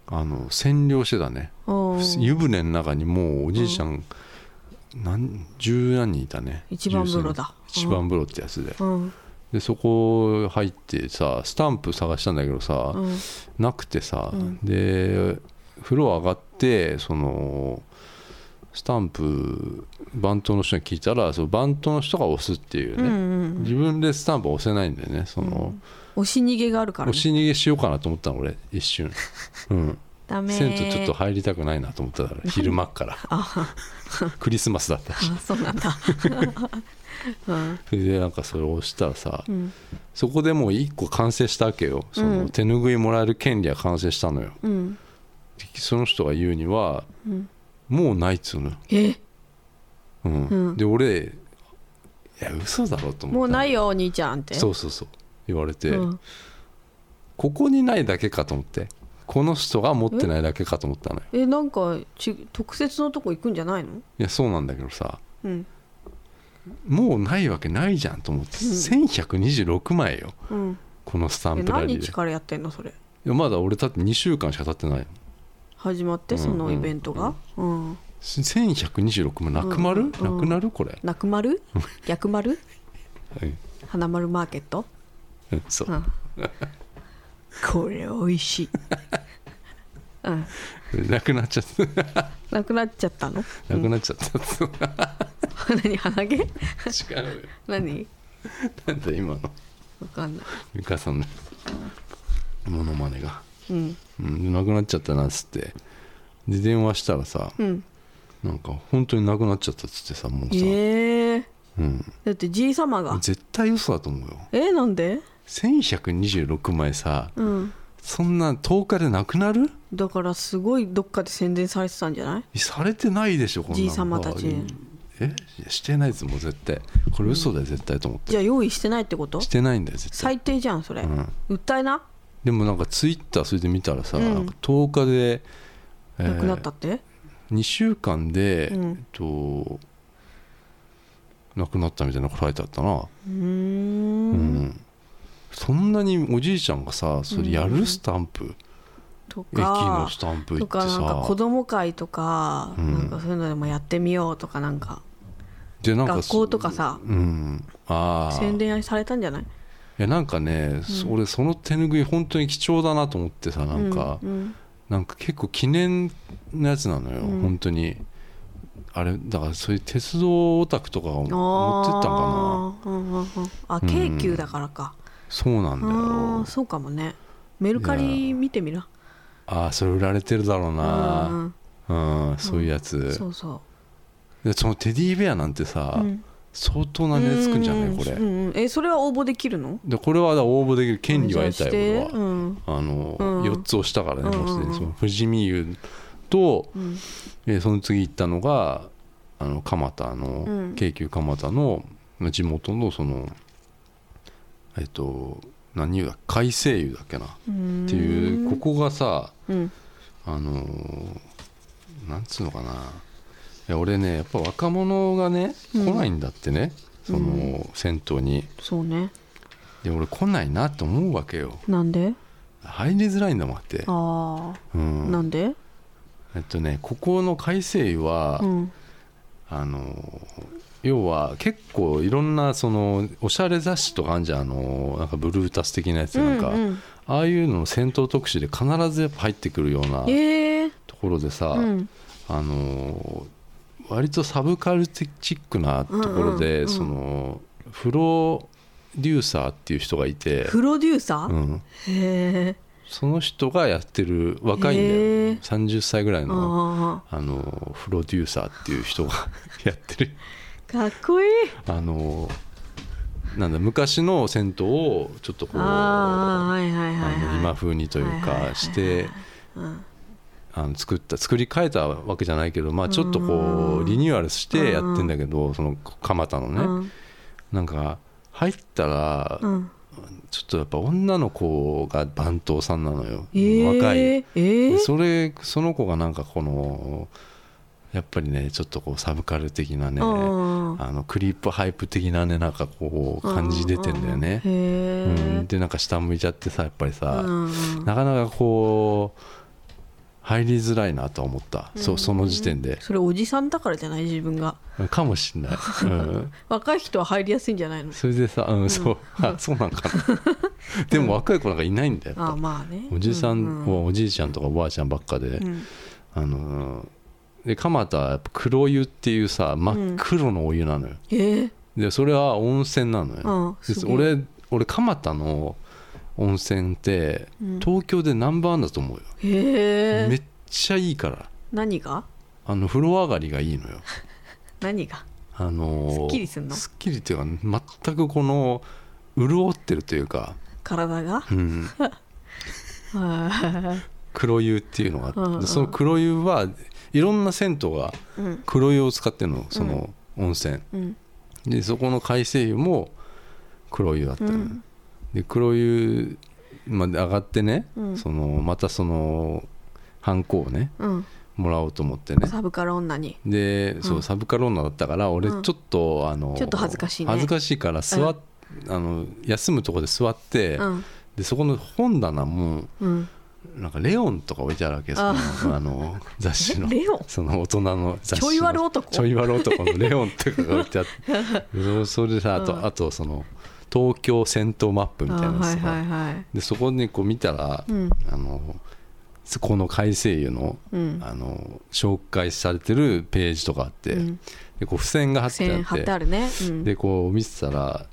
A: あの占領してたね
B: おー
A: 湯船の中にもうおじいちゃん、なん十何人いたね
B: 一番風呂だ
A: 十数人一番風呂ってやつで
B: うん
A: でそこ入ってさスタンプ探したんだけどさ、
B: うん
A: なくてさ、
B: うん
A: で風呂上がってそのスタンプ番頭の人に聞いたらその番頭の人が押すっていう
B: う
A: ね、
B: んうん
A: 自分でスタンプは押せないんだよねその、
B: 押し逃げがあるからね
A: 押し逃げしようかなと思ったの俺一 瞬、うん、
B: ダメ
A: 銭湯ちょっと
B: あ
A: 入りたくないなと思ってたから昼間っから
B: あ
A: クリスマスだったし
B: そうなんだうん
A: それでなんかそれを押したらさ
B: うん
A: そこでもう1個完成したわけよその、
B: うん
A: 手拭いもらえる権利は完成したのよ
B: うん
A: でその人が言うには
B: うん
A: もうないっつうのよ、
B: え
A: うん
B: うん
A: で俺いや嘘だろと思って
B: もうないよお兄ちゃんって
A: そううそうそう言われて、
B: ん
A: ここにないだけかと思ってこの人が持ってないだけかと思ったのよ
B: えなんかち特設のとこ行くんじゃないの
A: いやそうなんだけどさ
B: うん
A: もうないわけないじゃんと思って、
B: うん
A: 1126枚よ
B: うん
A: このスタ
B: え
A: ンプラリ
B: 何
A: ーで
B: 日からやってんのそれ
A: いやまだ俺だって2週間しか経ってない
B: 始まってそのイベントがうん
A: 1126もなくなる、
B: うんうん
A: なくなるこれ、
B: なく まる逆まる
A: はい
B: 花丸マーケット
A: うんそう、
B: うんこれ美味しいうん
A: なくなっちゃった
B: なくなっちゃったの
A: なくなっちゃった、
B: 何鼻毛
A: 違うよ
B: 何
A: なんだ今の
B: わかんない
A: 美香さんのモノマネが、
B: うん
A: うん、なくなっちゃったなっつってで電話したらさ
B: うん
A: なんか本当になくなっちゃったっつってさもうさ、
B: ええ
A: うん、
B: だってじい様が
A: 絶対嘘だと思うよ
B: えなんで
A: 1126枚さ
B: うん
A: そんな10日でなくなる
B: だからすごいどっかで宣伝されてたんじゃない
A: されてないでしょこんなの
B: じい様たちに
A: えいやしてないですもん絶対これ嘘だよ絶対と思って
B: じゃあ用意してないってこと
A: してないんだよ絶対
B: 最低じゃんそれ、
A: うん
B: 訴えな
A: でもなんかツイッターそれで見たらさ、
B: うん
A: なんか10日で、え
B: なくなったって、
A: 2週間で、
B: うん
A: えっとなくなったみたいなのが書いてあったな
B: う
A: う
B: ー
A: んん、そんなにおじいちゃんがさそれやるスタンプ、
B: と
A: 駅の
B: か
A: スタンプ行
B: と
A: って
B: かなんか
A: さ
B: 子供会とか、
A: うん
B: なんかそういうのでもやってみようとかなんか
A: でなんか
B: 学校とかさ
A: うんああ
B: 宣伝されたんじゃない
A: いやなんかね、そ俺その手ぬぐい本当に貴重だなと思ってさなんか、
B: うん
A: なんか結構記念のやつなのよ、
B: うん
A: 本当にあれだからそういう鉄道オタクとかが持って
B: うん
A: ったんかな
B: あーうんうんうんあ京急だからか、
A: そうなんだ
B: あ
A: よ
B: あそうかもねメルカ
A: い
B: リ
A: や
B: 見てみな
A: ああそれ売られてるだろう
B: うんう
A: な、
B: ん
A: うんそういうやつ、
B: そうそ
A: でそのテディベアなんてさ、
B: う、うん、
A: 相当な値つくんじゃな
B: う
A: いこれ、
B: うんうんえそれは応募できるの
A: でこれはだから応募できる権利は得たよ
B: じ
A: 俺
B: ゃあ
A: は
B: し、てうん
A: あの、
B: うん
A: 4つ押したからね、もうすで
B: う
A: に
B: んうんうん
A: その富士見湯と、
B: うん
A: えーその次行ったのがあの蒲田の、
B: うん
A: 京急蒲田のまあ地元のそのえっ、と何湯だ海星湯だっけなっ
B: って
A: いうここがさ
B: うん
A: あのーなんつうのかないや俺ねやっぱ若者がね来
B: うん
A: ないんだってね、そうの銭湯に
B: そうね
A: で俺来ないなと思うわけよ
B: なんで
A: 入りづらいんだもんあって、
B: あ
A: う
B: あ、
A: ん、
B: なんで
A: えっとねここの海星湯は、
B: うん
A: あの要は結構いろんなそのおしゃれ雑誌とかあんじゃんあのなんかブルータス的なやつなんか、
B: ううん
A: ああいうのの戦闘特集で必ずやっぱ入ってくるような
B: ええ
A: ところでさ、
B: うん
A: あの割とサブカルチックなところで、
B: うんうんうん
A: そのプロデューサーっていう人がいて、
B: プロデューサー、
A: うん、
B: へえ
A: その人がやってる若いんだよ
B: へー
A: 30歳ぐらいの
B: あ
A: あのプロデューサーっていう人が やってる
B: あかっこいい
A: あのなんだ昔の銭湯をちょっとこう
B: ああはいはいはい
A: あ
B: は
A: の
B: い
A: 今風にという
B: はいはいはいは
A: か
B: い
A: して
B: うん
A: あの作った作り変えたわけじゃないけど、まあ、ちょっとこ
B: う
A: うんリニューアルしてやってんだけどその蒲田の
B: う
A: ね
B: ん
A: なんか入ったら
B: うん
A: ちょっとやっぱ女の子が番頭さんなのよ
B: えー、
A: 若い。
B: えー
A: で、それその子がなんかこのやっぱりねちょっとこうサブカル的なね
B: うん
A: あのクリップハイプ的なねなんかこう感じ出てんだよね
B: うん。
A: う
B: へ
A: ん、でなんか下向いちゃってさやっぱり
B: え
A: さ、
B: うん
A: なかなかこう入りづらいなとは思った、そううんその時点で
B: それおじさんだからじゃない自分が
A: かもしんない、うん、
B: 若い人は入りやすいんじゃないの
A: それでさ、うん、そうあそうなんか なでも若い子なんかいないんだよやっ
B: あ
A: ぱ
B: あまあね
A: おじさん
B: う
A: は
B: ん
A: おじいちゃんとかおばあちゃんばっかで、
B: うん
A: あのーで蒲田はやっぱ黒湯っていうさ真っ黒のお湯なのよ、
B: えー
A: でそれは温泉なのよ、
B: うん
A: ですす
B: げえ
A: 俺俺蒲田の温泉って
B: うん
A: 東京でナンバーワンだと思うよ、
B: へ
A: め
B: え
A: っちゃいいから
B: 何が
A: あの風呂上がりがいいのよ
B: 何が
A: あのー
B: すっきりすんの
A: すっきりっていうか全くこの潤ってるというか、
B: 体が
A: うん、
B: は
A: 黒湯っていうのがあって、
B: うんうん
A: その黒湯はいろんな銭湯が
B: いうん
A: 黒湯を使ってるのその温泉、
B: うん
A: でそこの海星湯も黒湯だったのよ、
B: うん
A: で黒湯まで上がってね、
B: うん
A: そのまたそのハンコをね
B: うん
A: もらおうと思ってね
B: サブカル女に
A: でそう、
B: うん
A: サブカル女だったから俺ち
B: う
A: ょ
B: ん
A: っと、あの
B: ちょっと恥ずかしいね
A: 恥ずかしいから座っ、あの休むとこで座って、
B: うん
A: でそこの本棚も
B: うん
A: なんかレオンとか置いてあるわけですよ
B: あ
A: そのあ の雑誌の
B: レオン
A: その大人の雑誌の
B: ちょい悪男
A: ちょい悪男のレオンとかが置いてあって そうそれでさあと,、
B: うん
A: あとその東京戦闘マップみたいな
B: あ
A: やつ
B: はい
A: とか
B: はいはい
A: でそこにこう見たら、
B: うん
A: あのそこの改正湯の
B: うん
A: あの紹介されてるページとかあって、
B: うん
A: でこう付箋が貼ってあ
B: 線
A: っ
B: 張っててあるねうん
A: でこう見てたら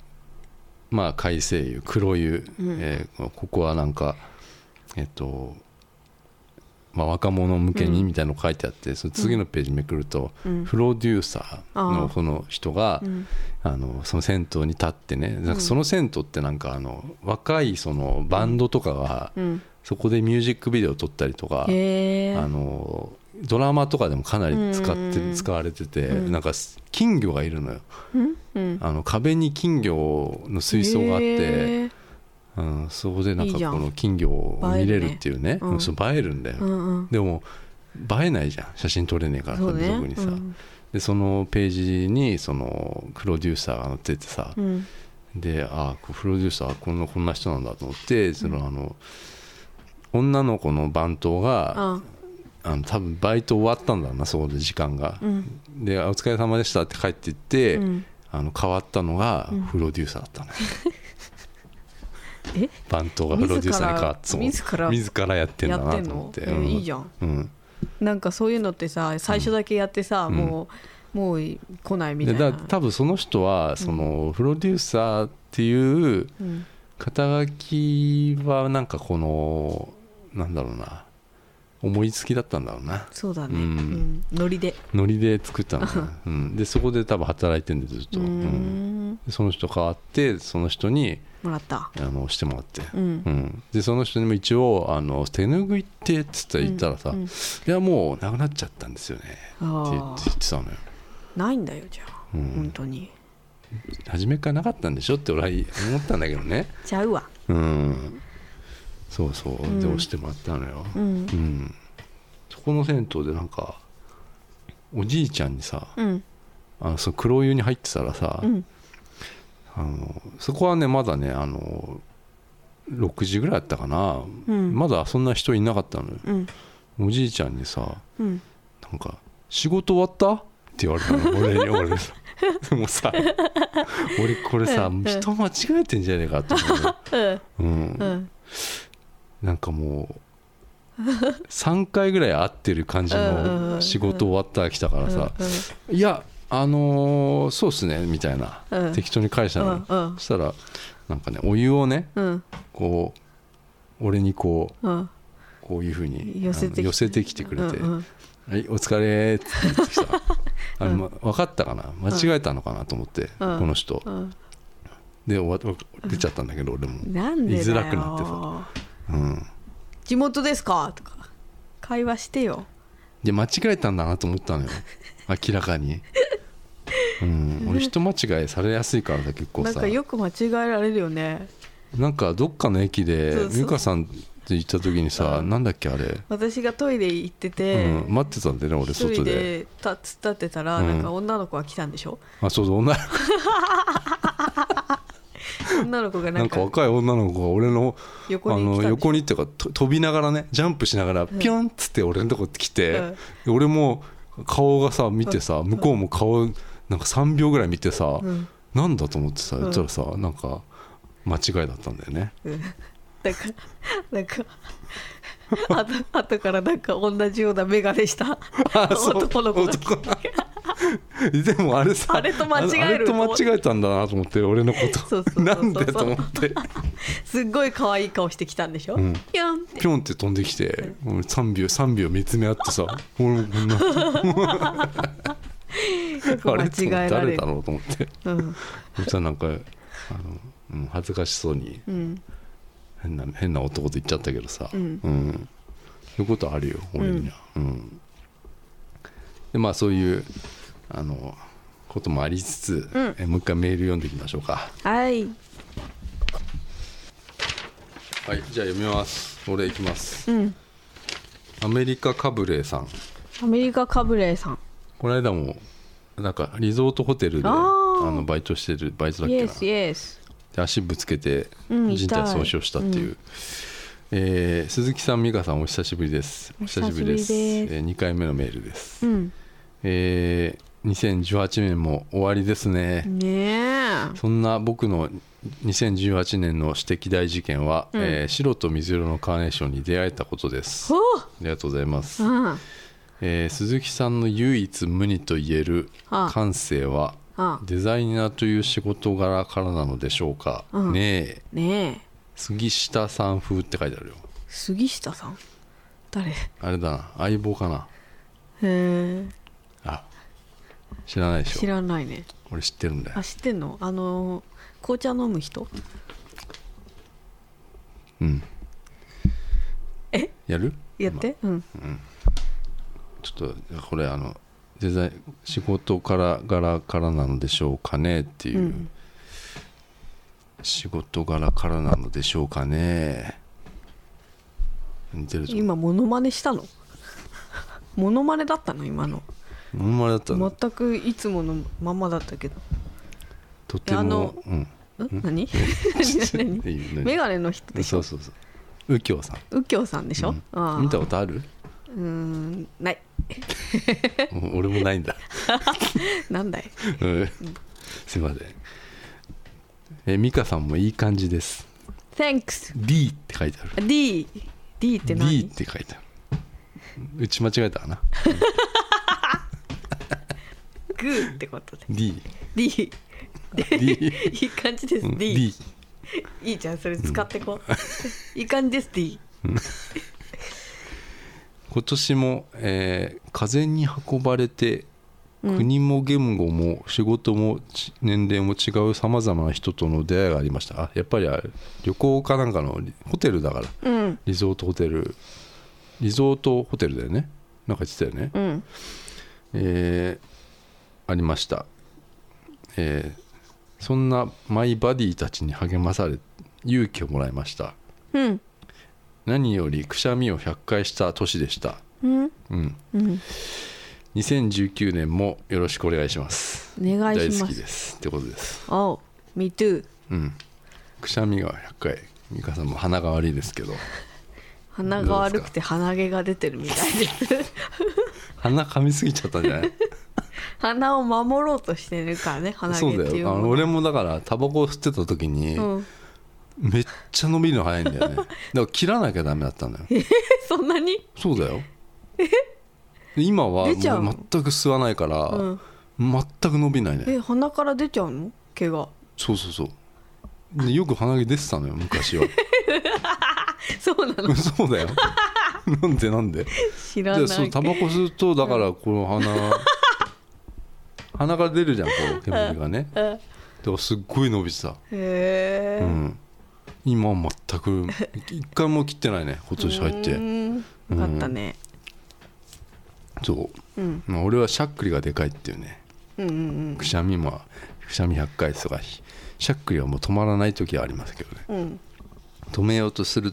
A: まあ海星湯黒湯、
B: うん
A: えーここはなんかえっと、まあ、若者向けにみたいなの書いてあって、その次のページめくると、
B: うん
A: プロデューサー
B: あ
A: の
B: ー
A: この人が、
B: うん
A: あのその銭湯に立ってねなんかその銭湯ってなんかあの若いそのバンドとかが、
B: うん
A: そこでミュージックビデオ撮ったりとか、
B: へえ
A: あのドラマとかでもかなり使って、
B: うんうん
A: 使われてて、
B: うん
A: なんか金魚がいるのよ
B: うんうん
A: あの壁に金魚の水槽があって、
B: へえ
A: うん、そこでなん
B: いい
A: か
B: じゃん
A: この金魚を見れるっていうね
B: 映えるねうん
A: うんそう映えるんだよ、
B: うん
A: でも映えないじゃん写真撮れねえか
B: うん
A: ら
B: そ
A: さ、
B: うね
A: 特にさ、
B: うん
A: でそのページにそのプロデューサーが載っててさ、
B: うん
A: であこうプロデューサーこんなこんな人なんだと思ってそのあの、女の子の番頭が
B: あ
A: あの多分バイト終わったんだろうなそこで時間が
B: う、ん
A: で「あお疲れ様でした」って帰っていって、
B: うん
A: あの変わったのがプロデューサーだったの、
B: え
A: 番頭がプロデューサーに変わってそう
B: 自ら
A: 自らやってん
B: や
A: だ
B: って
A: なんと思っ
B: の
A: て、
B: え
A: うん
B: いいじゃん
A: うん、
B: なんかそういうのってさ最初だけやってさ、
A: うん
B: もうもう来ないみた
A: で
B: いな
A: だ多分その人はその、プロデューサーっていう
B: うん
A: 肩書きはなんかこのなんだろうな思いつきだったんだろうな
B: そうだね、う
A: うんん
B: ノリで
A: ノリで作ったのか な、うん、でそこで多分働いてんでずっと、
B: うー
A: うん
B: ん
A: でその人変わってその人に
B: もらった
A: あのしてもらって、
B: うん
A: うん、でその人にも一応あの手拭いってって言ったらさ、
B: うんうん
A: いやもうなくなっちゃったんですよねって言
B: あ
A: って言
B: ー
A: ってたのよ、
B: ないんだよじゃあ、
A: う
B: 本
A: ん、
B: 当に
A: 初めからなかったんでしょって俺は思ったんだけどね
B: ちゃうわ
A: うんそうそう
B: うん
A: で押してもらったのよ、
B: うん
A: うんそこの銭湯でなんかおじいちゃんにさ
B: うん
A: あのその黒湯に入ってたらさ、
B: うん
A: あのそこはねまだねあの6時ぐらいだったかな、
B: うん
A: まだそんな人いなかったのよ
B: うん
A: おじいちゃんにさ
B: うん
A: なんか「仕事終わった?」って言われたの俺 に俺さもうさ俺これさ
B: うん
A: 人間違えてんじゃねえかと思う、うん
B: う、ん
A: なんかもう3回ぐらい会ってる感じ
B: うんうんう
A: の
B: ん
A: 仕事終わったら来たからさ
B: う
A: 「
B: ん
A: いやあのーそうっすね」みたいな
B: うん
A: 適当に返したのよ
B: うんうん
A: そしたらなんかねお湯をね
B: うん
A: こう俺にこう
B: うん
A: こういうふうに
B: 寄せてき
A: あの寄せてきてくれて
B: うん
A: はい、お疲れーって言ってき たあの、ま、分かったかな間違えたのかなと思って、
B: うん
A: この人
B: うん
A: で終わ出ちゃったんだけど俺も、
B: うんなんでだよ
A: 居づらくなってさうん、
B: 地元ですかとか会話してよ
A: で間違えたんだなと思った のよ明らかに、うん、俺人間違いされやすいからさ結構
B: なん
A: さ
B: かよく間違えられるよね
A: なんかどっかの駅で
B: そうそう
A: 美香さんって行った時にさ、
B: うん
A: なんだっけあれ、
B: 私がトイレ行ってて、
A: うん、待ってたんだよね俺
B: 一
A: 外
B: 人
A: で
B: で立突っ立ってたら、
A: うん
B: なんか女の子が来たんでしょ
A: あそうそう女
B: 女の子がな
A: なんん
B: か
A: か若い女の子が俺の
B: 横
A: あ
B: に来たんでしょ
A: の横にっていうかと飛びながらねジャンプしながらピョンっつって俺のとこ来て、
B: うん
A: で俺も顔がさ見てさ、向こうも顔なんか3秒ぐらい見てさ、
B: うん
A: なんだと思ってさ
B: ん
A: 言ったらさ、なんか間違いだったんだよね
B: うんなんかなんかあと後からなんか同じような眼鏡した
A: あ そう
B: 男の子が
A: 男の子でもあれさ
B: あれと間違える
A: あれあれと間違えたんだなと思って俺のこ
B: そうそうそうそ
A: と
B: う
A: なんでと思って
B: すっごい可愛い顔してきたんでしょ、
A: ん
B: ピョンって
A: ピョンって飛んできて俺3秒3秒見つめ合って さ俺もこんな
B: よ
A: あ
B: く間
A: れと思って
B: 違えられ
A: 誰
B: る
A: だろうと思って。
B: うん
A: そしたらなんかあの、うん、恥ずかしそうに
B: うん
A: 変な変な男と言っちゃったけどさ、
B: うん
A: そういうことあるよ俺には、うんでまあそういうあのこともありつつ、
B: うん
A: えもう一回メール読んでいきましょうか
B: はい
A: はいじゃあ読みます俺いきます
B: うん
A: アメリカカブレーさん
B: アメリカカブレーさん
A: この間もなんかリゾートホテルで
B: あ
A: あ
B: ー
A: のバイトしてるバイトだっ
B: イ
A: け
B: エ
A: な
B: スイエス
A: で足ぶつけて
B: うん
A: 人
B: 痛い
A: 体損傷したっていう、えー鈴木さん美香さんお久しぶりです
B: お久しぶり
A: お
B: です
A: えー、2回目のメールです、
B: うん
A: えー2018年も終わりですね、
B: ねえ
A: そんな僕の2018年の私的大事件は、
B: うん
A: えー白と水色のカーネーションに出会えたことです
B: ほ
A: あ
B: う
A: りがとうございます、
B: うん
A: えー鈴木さんの唯一無二と言える
B: あ
A: 感性は
B: あ
A: デザイナーという仕事柄からなのでしょうか、
B: うん
A: ねえ
B: ねえ
A: 杉下さん風って書いてあるよ
B: 杉下さん誰へ
A: あれだな相棒かな
B: え
A: あ知らないでし
B: 知
A: ょ
B: らないね
A: 俺知ってるんだよ
B: あ知ってんのあの紅茶飲む人
A: うん
B: え
A: やる
B: やって、うん
A: ちょっとこれあのデザイン仕事から柄からなのでしょうかねっていう、
B: うん
A: 仕事柄からなのでしょうかね似てるぞ
B: 今モノマネしたのモノマネだったの今の
A: ほんまだったの
B: 全くいつものままだったけど
A: とても
B: あの
A: うん
B: ん何 何何メガネの人でし
A: そ
B: ょ
A: うそうそう右京さん
B: 右京さんでしょ、
A: うん
B: ああ
A: 見たことある
B: うーんない
A: うん俺もないんだ
B: なんだい
A: うんすいませんえ美香さんもいい感じです
B: Thanks
A: D って書いてある
B: あ D D って何
A: D って書いてあるうち間違えたかな
B: グーってことで
A: D
B: D
A: D
B: いい感じです
A: うん
B: D,
A: D
B: いいじゃんそれ使ってこういい感じです D
A: 今年も、えー風に運ばれて
B: うん
A: 国も言語も仕事もち年齢も違うさまざまな人との出会いがありましたあやっぱりあれ旅行かなんかのリホテルだから
B: うん
A: リゾートホテルリゾートホテルだよねなんか言ってたよね
B: うん
A: えーありました、えーそんなマイバディたちに励まされ勇気をもらいました
B: うん
A: 何よりくしゃみを100回した年でした
B: うん
A: うん
B: うん
A: 2019年もよろしくお願いします
B: お願い
A: 大
B: し
A: 好
B: ま
A: き
B: す
A: ですってことです
B: おう Me too
A: うんくしゃみが100回美香さんも鼻が悪いです けど
B: 鼻が悪くて鼻毛が出てるみたいです
A: 鼻噛みすぎちゃったんじゃない
B: 鼻を守ろうとしてるからね鼻毛
A: そう
B: っ
A: だ
B: ていう
A: よあ
B: も
A: の
B: の
A: 俺もだからタバコを吸ってた時に、
B: うん、
A: めっちゃ伸びるの早いんだよ ねだから切らなきゃダメだったんだよ
B: そんなに
A: そうだよで今はもう
B: 出ちゃうの
A: 全く吸わないから、
B: うん
A: 全く伸びないね
B: え鼻から出ちゃうの毛が
A: そうそうそうでよく鼻毛出てたのよ昔は
B: そうなの
A: そうだよ なんでなんで
B: 知らな
A: で
B: い
A: そうタバコ吸うとだからこの鼻 鼻から出るじゃんこう煙がね
B: うんへ
A: だからすっごい伸びてた、
B: え、
A: うん、今は全く一回も切ってないね今年入って
B: てよかったね
A: そう
B: うん
A: まあ、俺はしゃっくりがでかいっていうね
B: うんうんうん
A: くしゃみもくしゃみ100回とかししゃっくりはもう止まらない時はありますけどね
B: うん
A: 止めようとする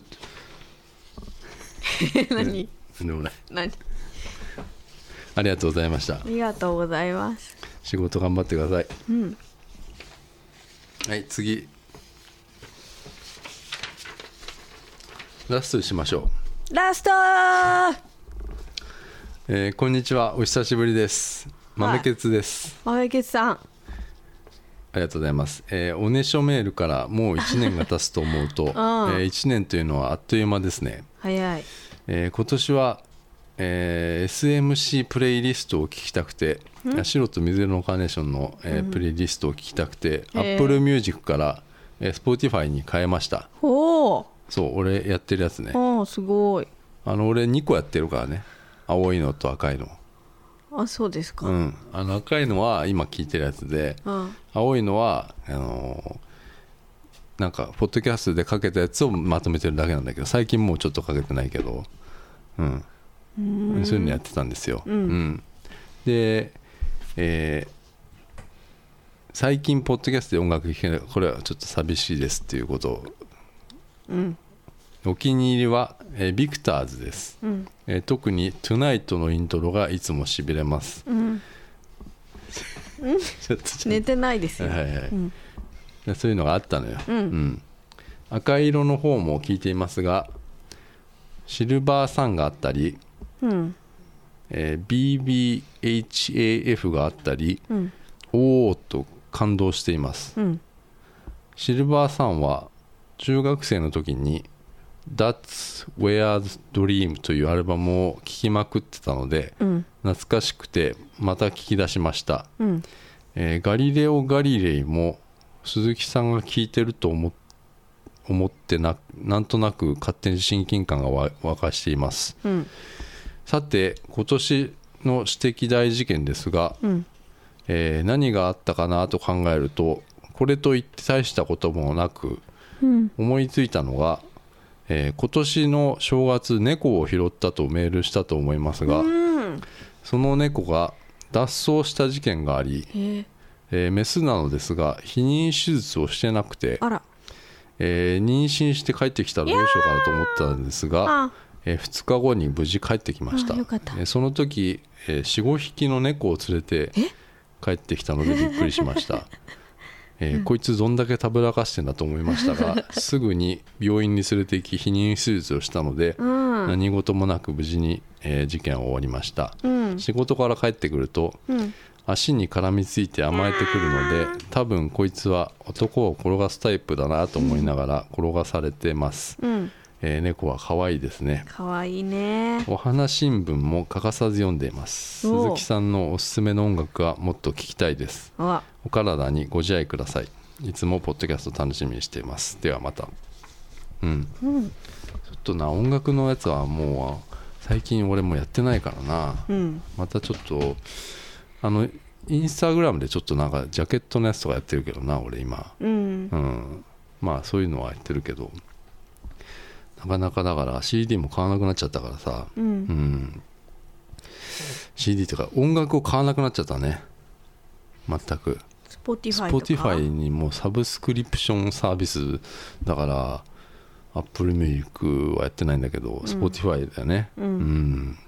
B: え 何
A: でもない
B: 何
A: ありがとうございました
B: ありがとうございます
A: 仕事頑張ってください
B: うん
A: はい次ラストにしましょ
B: ラストー
A: う、えーこんにちはお久しぶりです
B: はい
A: 豆ケツです、
B: 青池さん
A: ありがとうございます、えーおねしょメールからもう1年が経つと思うと、 え1年というのはあっという間ですね
B: 早い
A: えー今年は、えー SMC プレイリストを聴きたくて白と水色のカーネーションの、えープレイリストを聴きたくて、
B: へー
A: Apple Music から、えー Spotify に変えました
B: おお
A: そう俺やってるやつね
B: おーすごい
A: あの俺2個やってるからね青いのと赤いの
B: あそうですか、
A: う
B: うん
A: んあの赤いのは今聴いてるやつで青いのはあのーなんかポッドキャストでかけたやつをまとめてるだけなんだけど最近もうちょっとかけてないけど、うん、そういうのやってたんですよ、うんで、えー最近ポッドキャストで音楽聴けないこれはちょっと寂しいですっていうことを、お気に入りは、えービクターズです、
B: うん
A: えー特に「トゥナイトのイントロがいつもしびれます、
B: ん
A: ちょっとちょっと
B: 寝てないですよ、
A: はいはいはい
B: ん
A: でそういうのがあったのよ、
B: うん
A: 赤色の方も聞いていますがシルバーサンがあったり、
B: うん
A: えー BBHAF があったり
B: うん
A: おーっと感動しています
B: うん
A: シルバーサンは中学生の時に「That's Where's Dream」というアルバムを聴きまくってたので
B: うん
A: 懐かしくてまた聴き出しました
B: うん
A: えーガリレオ・ガリレイも鈴木さんが聞いてると思っ思ってななんとなく勝手に親近感がわ沸かしています
B: うん
A: さて今年の指摘大事件ですが、
B: うん
A: えー何があったかなと考えるとこれといって大したこともなく
B: うん
A: 思いついたのが、えー今年の正月猫を拾ったとメールしたと思いますが、
B: うん
A: その猫が脱走した事件があり、
B: えー、
A: えーメスなのですが避妊手術をしてなくて、
B: あら
A: えー妊娠して帰ってきたらどうしようかなと思ったんですが、
B: あ
A: え2日後に無事帰ってきました
B: あよかった
A: えーその時、え45匹の猫を連れて帰ってきたのでびっくりしました、 えーこいつどんだけたぶらかしてんだと思いました がすぐに病院に連れて行き避妊手術をしたので、
B: うんうん
A: 何事もなく無事に、えー事件は終わりました、
B: うん
A: 仕事から帰ってくると
B: うん
A: 足に絡みついて甘えてくるので多分こいつは男を転がすタイプだなと思いながら転がされてます、
B: うん
A: えー猫は可愛いですね
B: かわいいね
A: お花新聞も欠かさず読んでいます
B: お
A: 鈴木さんのおすすめの音楽はもっと聞きたいです
B: あ
A: お体にご自愛くださいいつもポッドキャスト楽しみにしていますではまたうん
B: うん
A: ちょっとな音楽のやつはもう最近俺もやってないからな、
B: うん
A: またちょっとあのインスタグラムでちょっとなんかジャケットのやつとかやってるけどな俺今
B: うん
A: うんまあそういうのはやってるけどなかなかだから CD も買わなくなっちゃったからさ
B: う
A: うんん CD とか音楽を買わなくなっちゃったね全く
B: スポティファイ
A: Spotify にもうサブスクリプションサービスだから Apple Music はやってないんだけど、Spotify だよね
B: う
A: うんんだか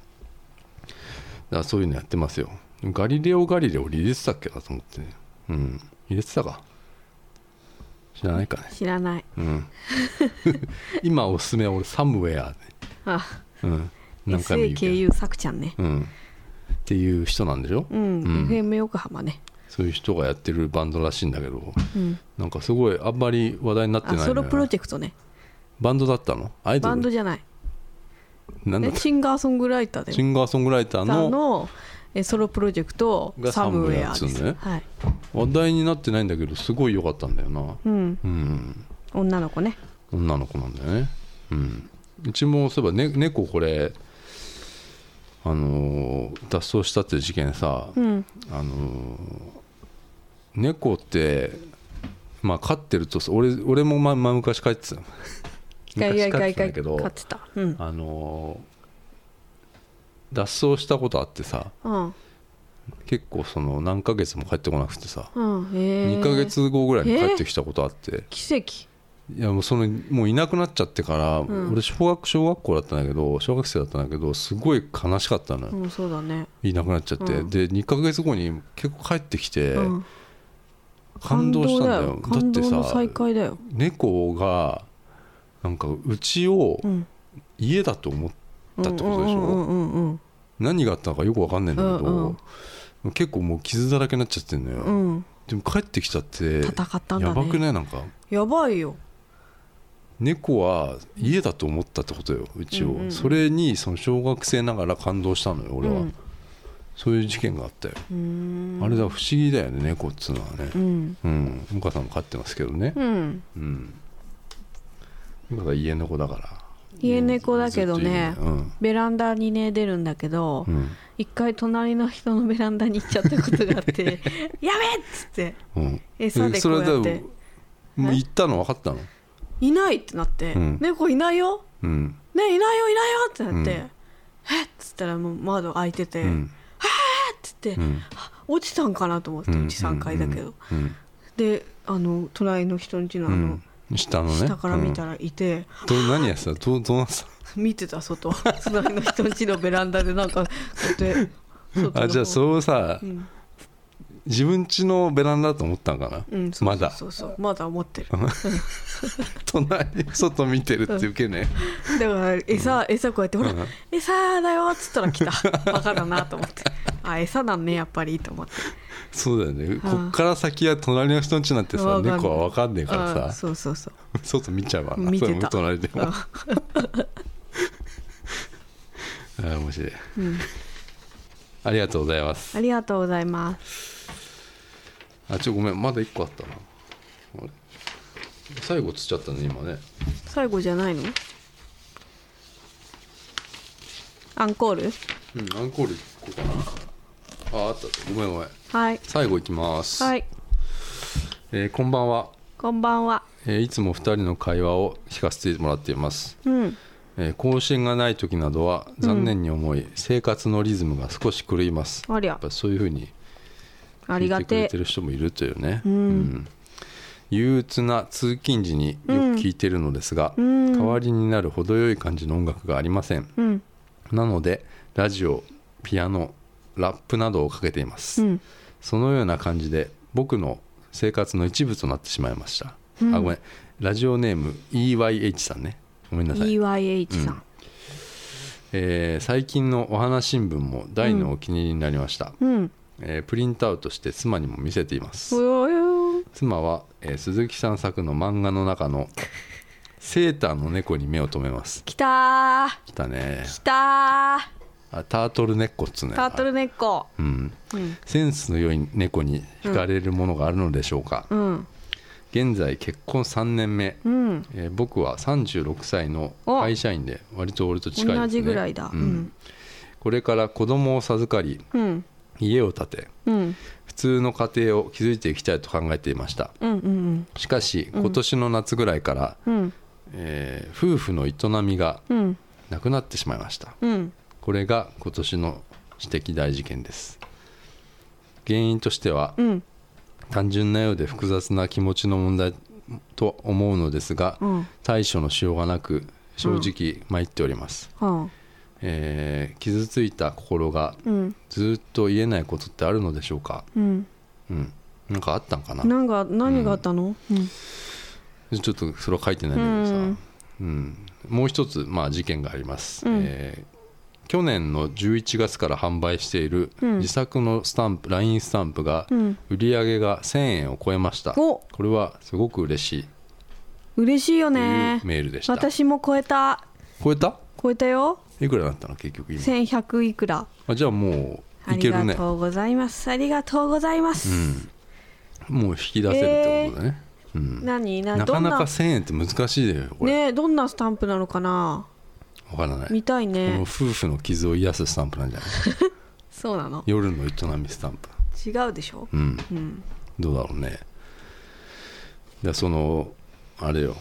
A: らそういうのやってますよガリレオ・ガリレオ入れてたっけなと思ってねうん入れてたか知らないかね
B: 知らない
A: うん 今おすすめは俺サムウェアね
B: あ
A: うん何回も言うけ
B: SAKU さくちゃんね
A: どうんっていう人なんでしょ
B: うん、
A: うん
B: FM 横浜ね
A: そういう人がやってるバンドらしいんだけど
B: うん
A: なんかすごいあんまり話題になってない
B: あ
A: のよ
B: ソロプロジェクトね
A: バンドだったのアイド
B: バンド
A: ル
B: じゃない
A: なんだっ
B: え
A: た
B: シンガーソングライターで
A: シンガーソングライター
B: さ
A: の
B: んのえソロプロジェクト「
A: が
B: サムウェア」
A: サ
B: です、
A: ムウェアっつうのね
B: はい
A: 話題になってないんだけどすごい良かったんだよな
B: うん、
A: うん
B: 女の子ね
A: 女の子なんだよねうんうちもそういえば、ね、猫これあのー脱走したっていう事件さ、
B: うん
A: あのー猫ってまあ飼ってるとさ俺俺もままあ昔飼って た昔飼ってたんだけど
B: 飼ってたうん
A: あのー脱走したことあってさ
B: うん
A: 結構その何ヶ月も帰ってこなくてさ、
B: うんえ
A: 2ヶ月後ぐらいに帰ってきたことあって、
B: 奇跡
A: いやもうそのもういなくなっちゃってから、
B: ん
A: 俺小学小学校だったんだけど小学生だったんだけどすごい悲しかったのよ、
B: うんそうだね
A: いなくなっちゃって、
B: うん
A: で2ヶ月後に結構帰ってきて
B: うん
A: 感動したんだよ,、
B: 感
A: だ
B: 動
A: っ
B: だよ感動
A: て
B: の
A: さ
B: 再会だよ
A: 猫がなんかうちを
B: うん
A: 家だと思ったってことでしょ、
B: うんうんうん
A: 何があったのかよく分かんないんだけど、
B: うん
A: 結構もう傷だらけになっちゃってんのよ、
B: うんうん
A: でも帰ってきちゃって
B: 戦ったんだね
A: やばくないなんか
B: やばいよ
A: 猫は家だと思ったってことようちを、
B: うんうん
A: それにその小学生ながら感動したのよ俺は、
B: うん
A: そういう事件があったよ、
B: うーん
A: あれだ不思議だよね猫っつうのはね
B: うん
A: うん向さんも飼ってますけどね
B: うん
A: うん向さん家猫だから
B: 家猫だけどね
A: ずっといるね
B: ベランダにね出るんだけど
A: うん
B: 一回隣の人のベランダに行っちゃったことがあって やべえっつって
A: うんうん
B: 餌でこうやっ
A: それ
B: て
A: でもう行ったの分かったの
B: いないってなって、
A: うん
B: 猫いないよ
A: うん
B: ねいないよいないよってなって、
A: うん
B: えっつったらもう窓開いてて、
A: う
B: えっ
A: ん
B: つって、
A: うん
B: 落ちたんかなと思ってうち3階だけど、
A: うん
B: であの隣の人んちのあ
A: う
B: の
A: ん、下のね
B: 下から見た
A: ら、
B: らいて、
A: うんどう何やってたどうどうなってた
B: 見てた外 隣の人んちのベランダでなんかこうやって外の方
A: あじゃあそうさ、
B: ん
A: 自分家のベランダだと思ったんかな、
B: うん、そう
A: まだ
B: そうそうまだ思ってる
A: 隣外見てるって受けね、
B: だから餌餌こうやってほら餌だよっつったら 来たバカだなと思ってあ餌なんねやっぱりと思って
A: そうだよね、こっから先は隣の人の家なんてさ
B: わかんない
A: 猫は分かんねえか
B: あ
A: らさ
B: そうそうそう
A: 外見ちゃうわな
B: 見て
A: そ
B: た
A: の隣でもあ
B: あ
A: ー面白い
B: うん
A: ありがとうございます
B: ありがとうございます
A: あちょごめんまだ一個あったなあれ最後つっちゃったね今ね
B: 最後じゃないのアンコール
A: うんアンコール行こうかなああったごめんごめん
B: はい
A: 最後いきます、
B: はい
A: えーこんばんは、
B: こんばんは
A: えーいつも2人の会話を聞かせてもらっています
B: うん
A: えー更新がない時などは残念に思い、生活のリズムが少し狂います
B: あり
A: や
B: ゃ
A: っぱそういうふうに
B: あ
A: 聞
B: り
A: い
B: が
A: てく
B: て
A: れ
B: え
A: てる人もいるというね、
B: ん
A: うん憂鬱な通勤時によく聞いてるのですが、
B: うん
A: 代わりになる程よい感じの音楽がありません
B: うん
A: なのでラジオピアノラップなどをかけています、
B: うん
A: そのような感じで僕の生活の一部となってしまいました、
B: うん
A: あごめんラジオネーム EYH さんねごめんなさい、
B: EYH さん
A: えー最近のお花新聞も大のお気に入りになりました、
B: うん
A: えープリントアウトして妻にも見せています、
B: うわよ
A: 妻は、えー鈴木さん作の漫画の中のセーターの猫に目を留めます
B: 来たー
A: きたね
B: 来たー
A: あタートル猫っつね
B: タートルネッコ
A: うん、
B: うん
A: センスの良い猫に惹かれるものがあるのでしょうか、
B: うん
A: 現在結婚3年目、
B: うん
A: えー僕は36歳の
B: お
A: 会社員で割と俺と近いですね
B: 同じぐらいだ
A: う
B: うんん
A: これから子供を授かり
B: うん
A: 家を建て
B: うん
A: 普通の家庭を築いていきたいと考えていました
B: うんうん
A: しかし今年の夏ぐらいから、
B: うん
A: えー夫婦の営みが
B: うん
A: なくなってしまいました
B: うん
A: これが今年の私的大事件です原因としては
B: うん
A: 単純なようで複雑な気持ちの問題と思うのですが
B: うん
A: 対処のしようがなく正直参っております、
B: うん
A: えー傷ついた心が
B: うん
A: ずっと言えないことってあるのでしょうか
B: うん
A: うんなんかあったんかな
B: なんか何があったのうん
A: ちょっとそれは書いてないんだけどさ、うんもう一つ、まあ、事件があります、
B: うん
A: えー去年の11月から販売している
B: うん
A: 自作のスタンプ LINE、スタンプが
B: うん
A: 売り上げが1000円を超えました、
B: お
A: これはすごく嬉しい
B: 嬉しいよ
A: とい
B: ね
A: うメールでした、
B: 私も超えた
A: 超えた
B: 超えたよ
A: いくらだったの結局今
B: 1100いくら
A: あじゃあもう
B: あ
A: い
B: り
A: ける
B: が
A: ね
B: とうございますありがとうございます、
A: もう引き出せるってことだね、うん
B: 何何
A: なかな
B: どん
A: か1000円って難しいよこれ、
B: ねえどんなスタンプなのかな
A: わからない、
B: 見たい
A: この
B: ね
A: 夫婦の傷を癒すスタンプなんじゃない
B: そうなの
A: 夜の営みスタンプ
B: 違うでしょ
A: うん
B: うん
A: どうだろうねでそのあれよ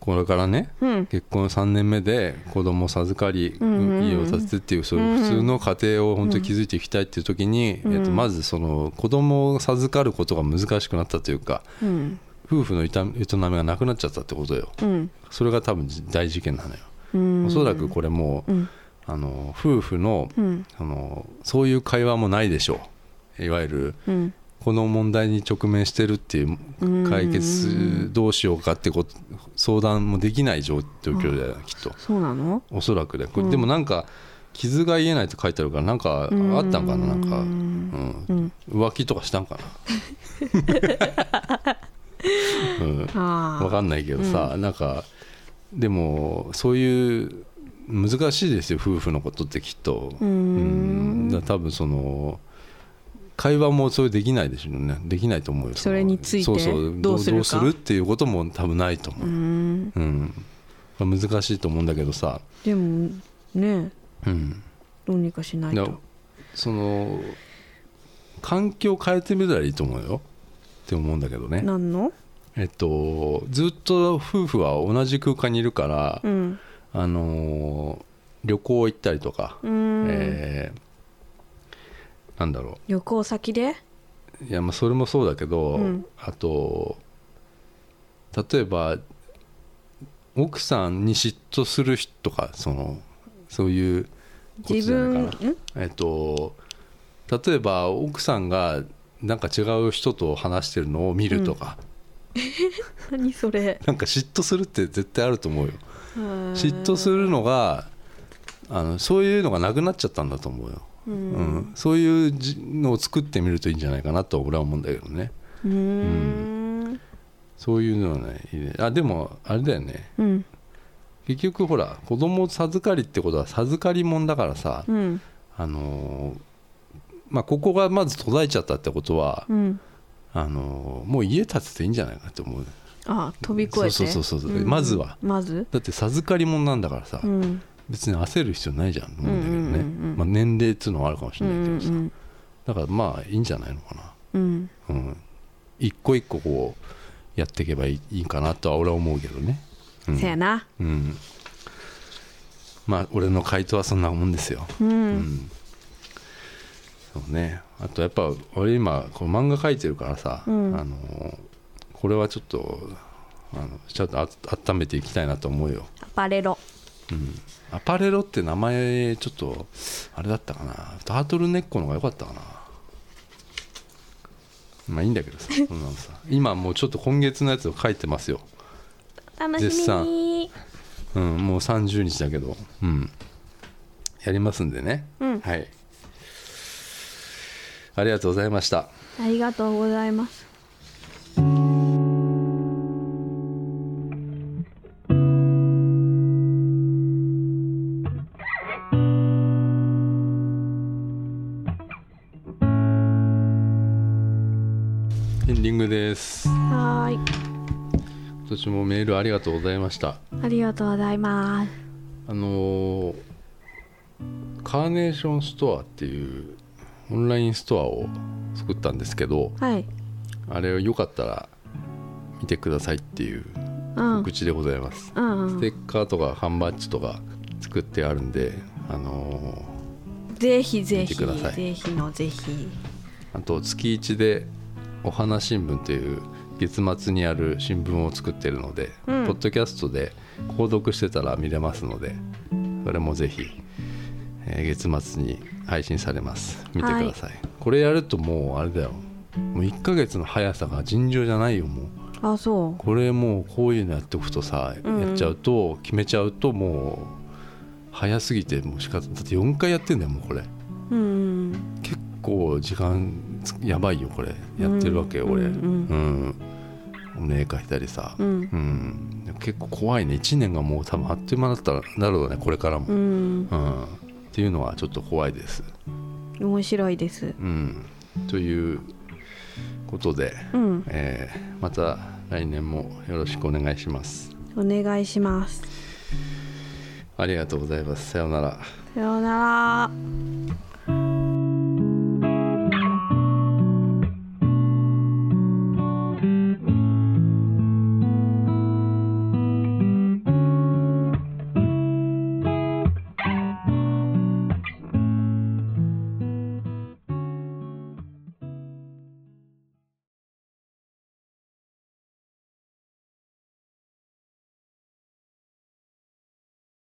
A: これからね
B: うん
A: 結婚3年目で子供を授かり、
B: うんうんうん
A: 家を建ててっていうそういう普通の家庭を本当に築いていきたいっていう時に、
B: ん
A: えっと、まずその子供を授かることが難しくなったというか
B: うん
A: 夫婦の営営みがなくなっちゃったってことよ
B: うん
A: それが多分大事件なのよ、
B: うん
A: おそらくこれもう、
B: うん
A: あの夫婦の
B: うん
A: あのそういう会話もないでしょういわゆる
B: うん
A: この問題に直面してるっていう
B: うん
A: 解決どうしようかってこと相談もできない状状況だよきっと
B: そうなの
A: おそらくでこ
B: う
A: れ
B: ん
A: でもなんか傷が言えないと書いてあるからなんかあったんかななんか、
B: う
A: う、
B: うんん
A: 浮気とかしたんかな、うん、
B: ああ
A: わかんないけどさ、なんかでもそういう難しいですよ夫婦のことってきっと
B: うーん
A: だから多分その会話もそれできないでしょうねできないと思うよ
B: それについて
A: そうそう
B: どうする
A: ど
B: か
A: うするっていうことも多分ないと思
B: う
A: う、
B: ん
A: うん難しいと思うんだけどさ、
B: でもね
A: うん、
B: どうにかしない
A: だ
B: と
A: からその環境変えてみたらいいと思うよって思うんだけどね
B: なんの
A: えっとずっと夫婦は同じ空間にいるから、
B: うん
A: あのー旅行行ったりとか、
B: うん、
A: えーなんだろ
B: 旅行先で
A: ういやまあそれもそうだけど、
B: うん
A: あと例えば奥さんに嫉妬する人とかそのそういうこと
B: 自
A: じゃない
B: 分
A: か
B: ん
A: なえっと例えば奥さんがなんか違う人と話してるのを見るとか、
B: 何それ
A: なんか嫉妬するって絶対あると思うよ 嫉
B: 嫉
A: 妬するのがあのそういうのがなくなっちゃったんだと思うよ、
B: う
A: うん
B: ん
A: そういうじのを作ってみるといいんじゃないかなと俺は思うんだけどね
B: うーん
A: そういうのはねいいねあでもあれだよね
B: うん
A: 結局ほら子供を授かりってことは授かりもんだからさ、
B: うん
A: あのーまあここがまず途絶えちゃったってことは、
B: うん
A: あのーもう家建てていいんじゃないかと思う
B: あ飛び越えて
A: そうそうそうそうまずは
B: まず
A: だって授かりもんなんだからさ、
B: うん
A: 別に焦る必要ないじゃんと思うんだけどね、
B: うんうんうんうん
A: まあ、年齢っていうのはあるかもし
B: う
A: れないけ
B: ん
A: どさ、
B: うん
A: だからまあいいんじゃないのかな、
B: うん
A: うん、一個一個こうやっていけばいいいいかなとは俺は思うけどね、うん
B: せやな
A: うん、まあ俺の回答はそんなもんですよ、
B: う
A: うんそうねあとやっぱ俺今この漫画描いてるからさ、
B: うん
A: あのーこれはちょっとあのちょっとあ温めていきたいなと思うよ
B: アパレロ
A: うんアパレロって名前ちょっとあれだったかなタートルネッコの方が良かったかなまあいいんだけどさそんなのさ今もうちょっと今月のやつを書いてますよ
B: 楽
A: しみに絶
B: しみに
A: うんもう30日だけどうんやりますんでね、
B: うん
A: はいありがとうございました
B: ありがとうございます
A: エンディングです
B: はーい
A: 今年もメールありがとうございました
B: ありがとうございます
A: あのーカーネーションストアっていうオンラインストアを作ったんですけど
B: はい
A: あれをよかったら見てくださいっていう
B: うんうん
A: 告知でございます、
B: うん
A: ステッカーとか缶バッジとか作ってあるんで、あの
B: ぜひぜ
A: 見
B: ひ
A: てください
B: ぜひのぜひ
A: ーあと月1で「お花新聞」という月末にある新聞を作ってるので、
B: うん
A: ポッドキャストで購読してたら見れますのでそれもぜひ、えー月末に配信されます見てください、これやるともうあれだよもう1ヶ月の速さが尋常じゃないよもう
B: あそ
A: これもうこういうのやっておくとさ、
B: うんうん
A: やっちゃうと決めちゃうともう早すぎてもう仕方だって4回やってんだよもうこれ
B: ううん
A: 結構時間つやばいよこれやってるわけよ、
B: うん
A: 俺、
B: うん
A: うんお絵描いたりさ、
B: う
A: うん
B: ん
A: 結構怖いね1年がもう多分あっという間だったらなるよねこれからも、
B: う
A: うん
B: ん
A: っていうのはちょっと怖いです、
B: 面白いです
A: うん、ということで、
B: うん
A: えーまた来年もよろしくお願いします
B: お願いします
A: ありがとうございます。さようなら。
B: さようなら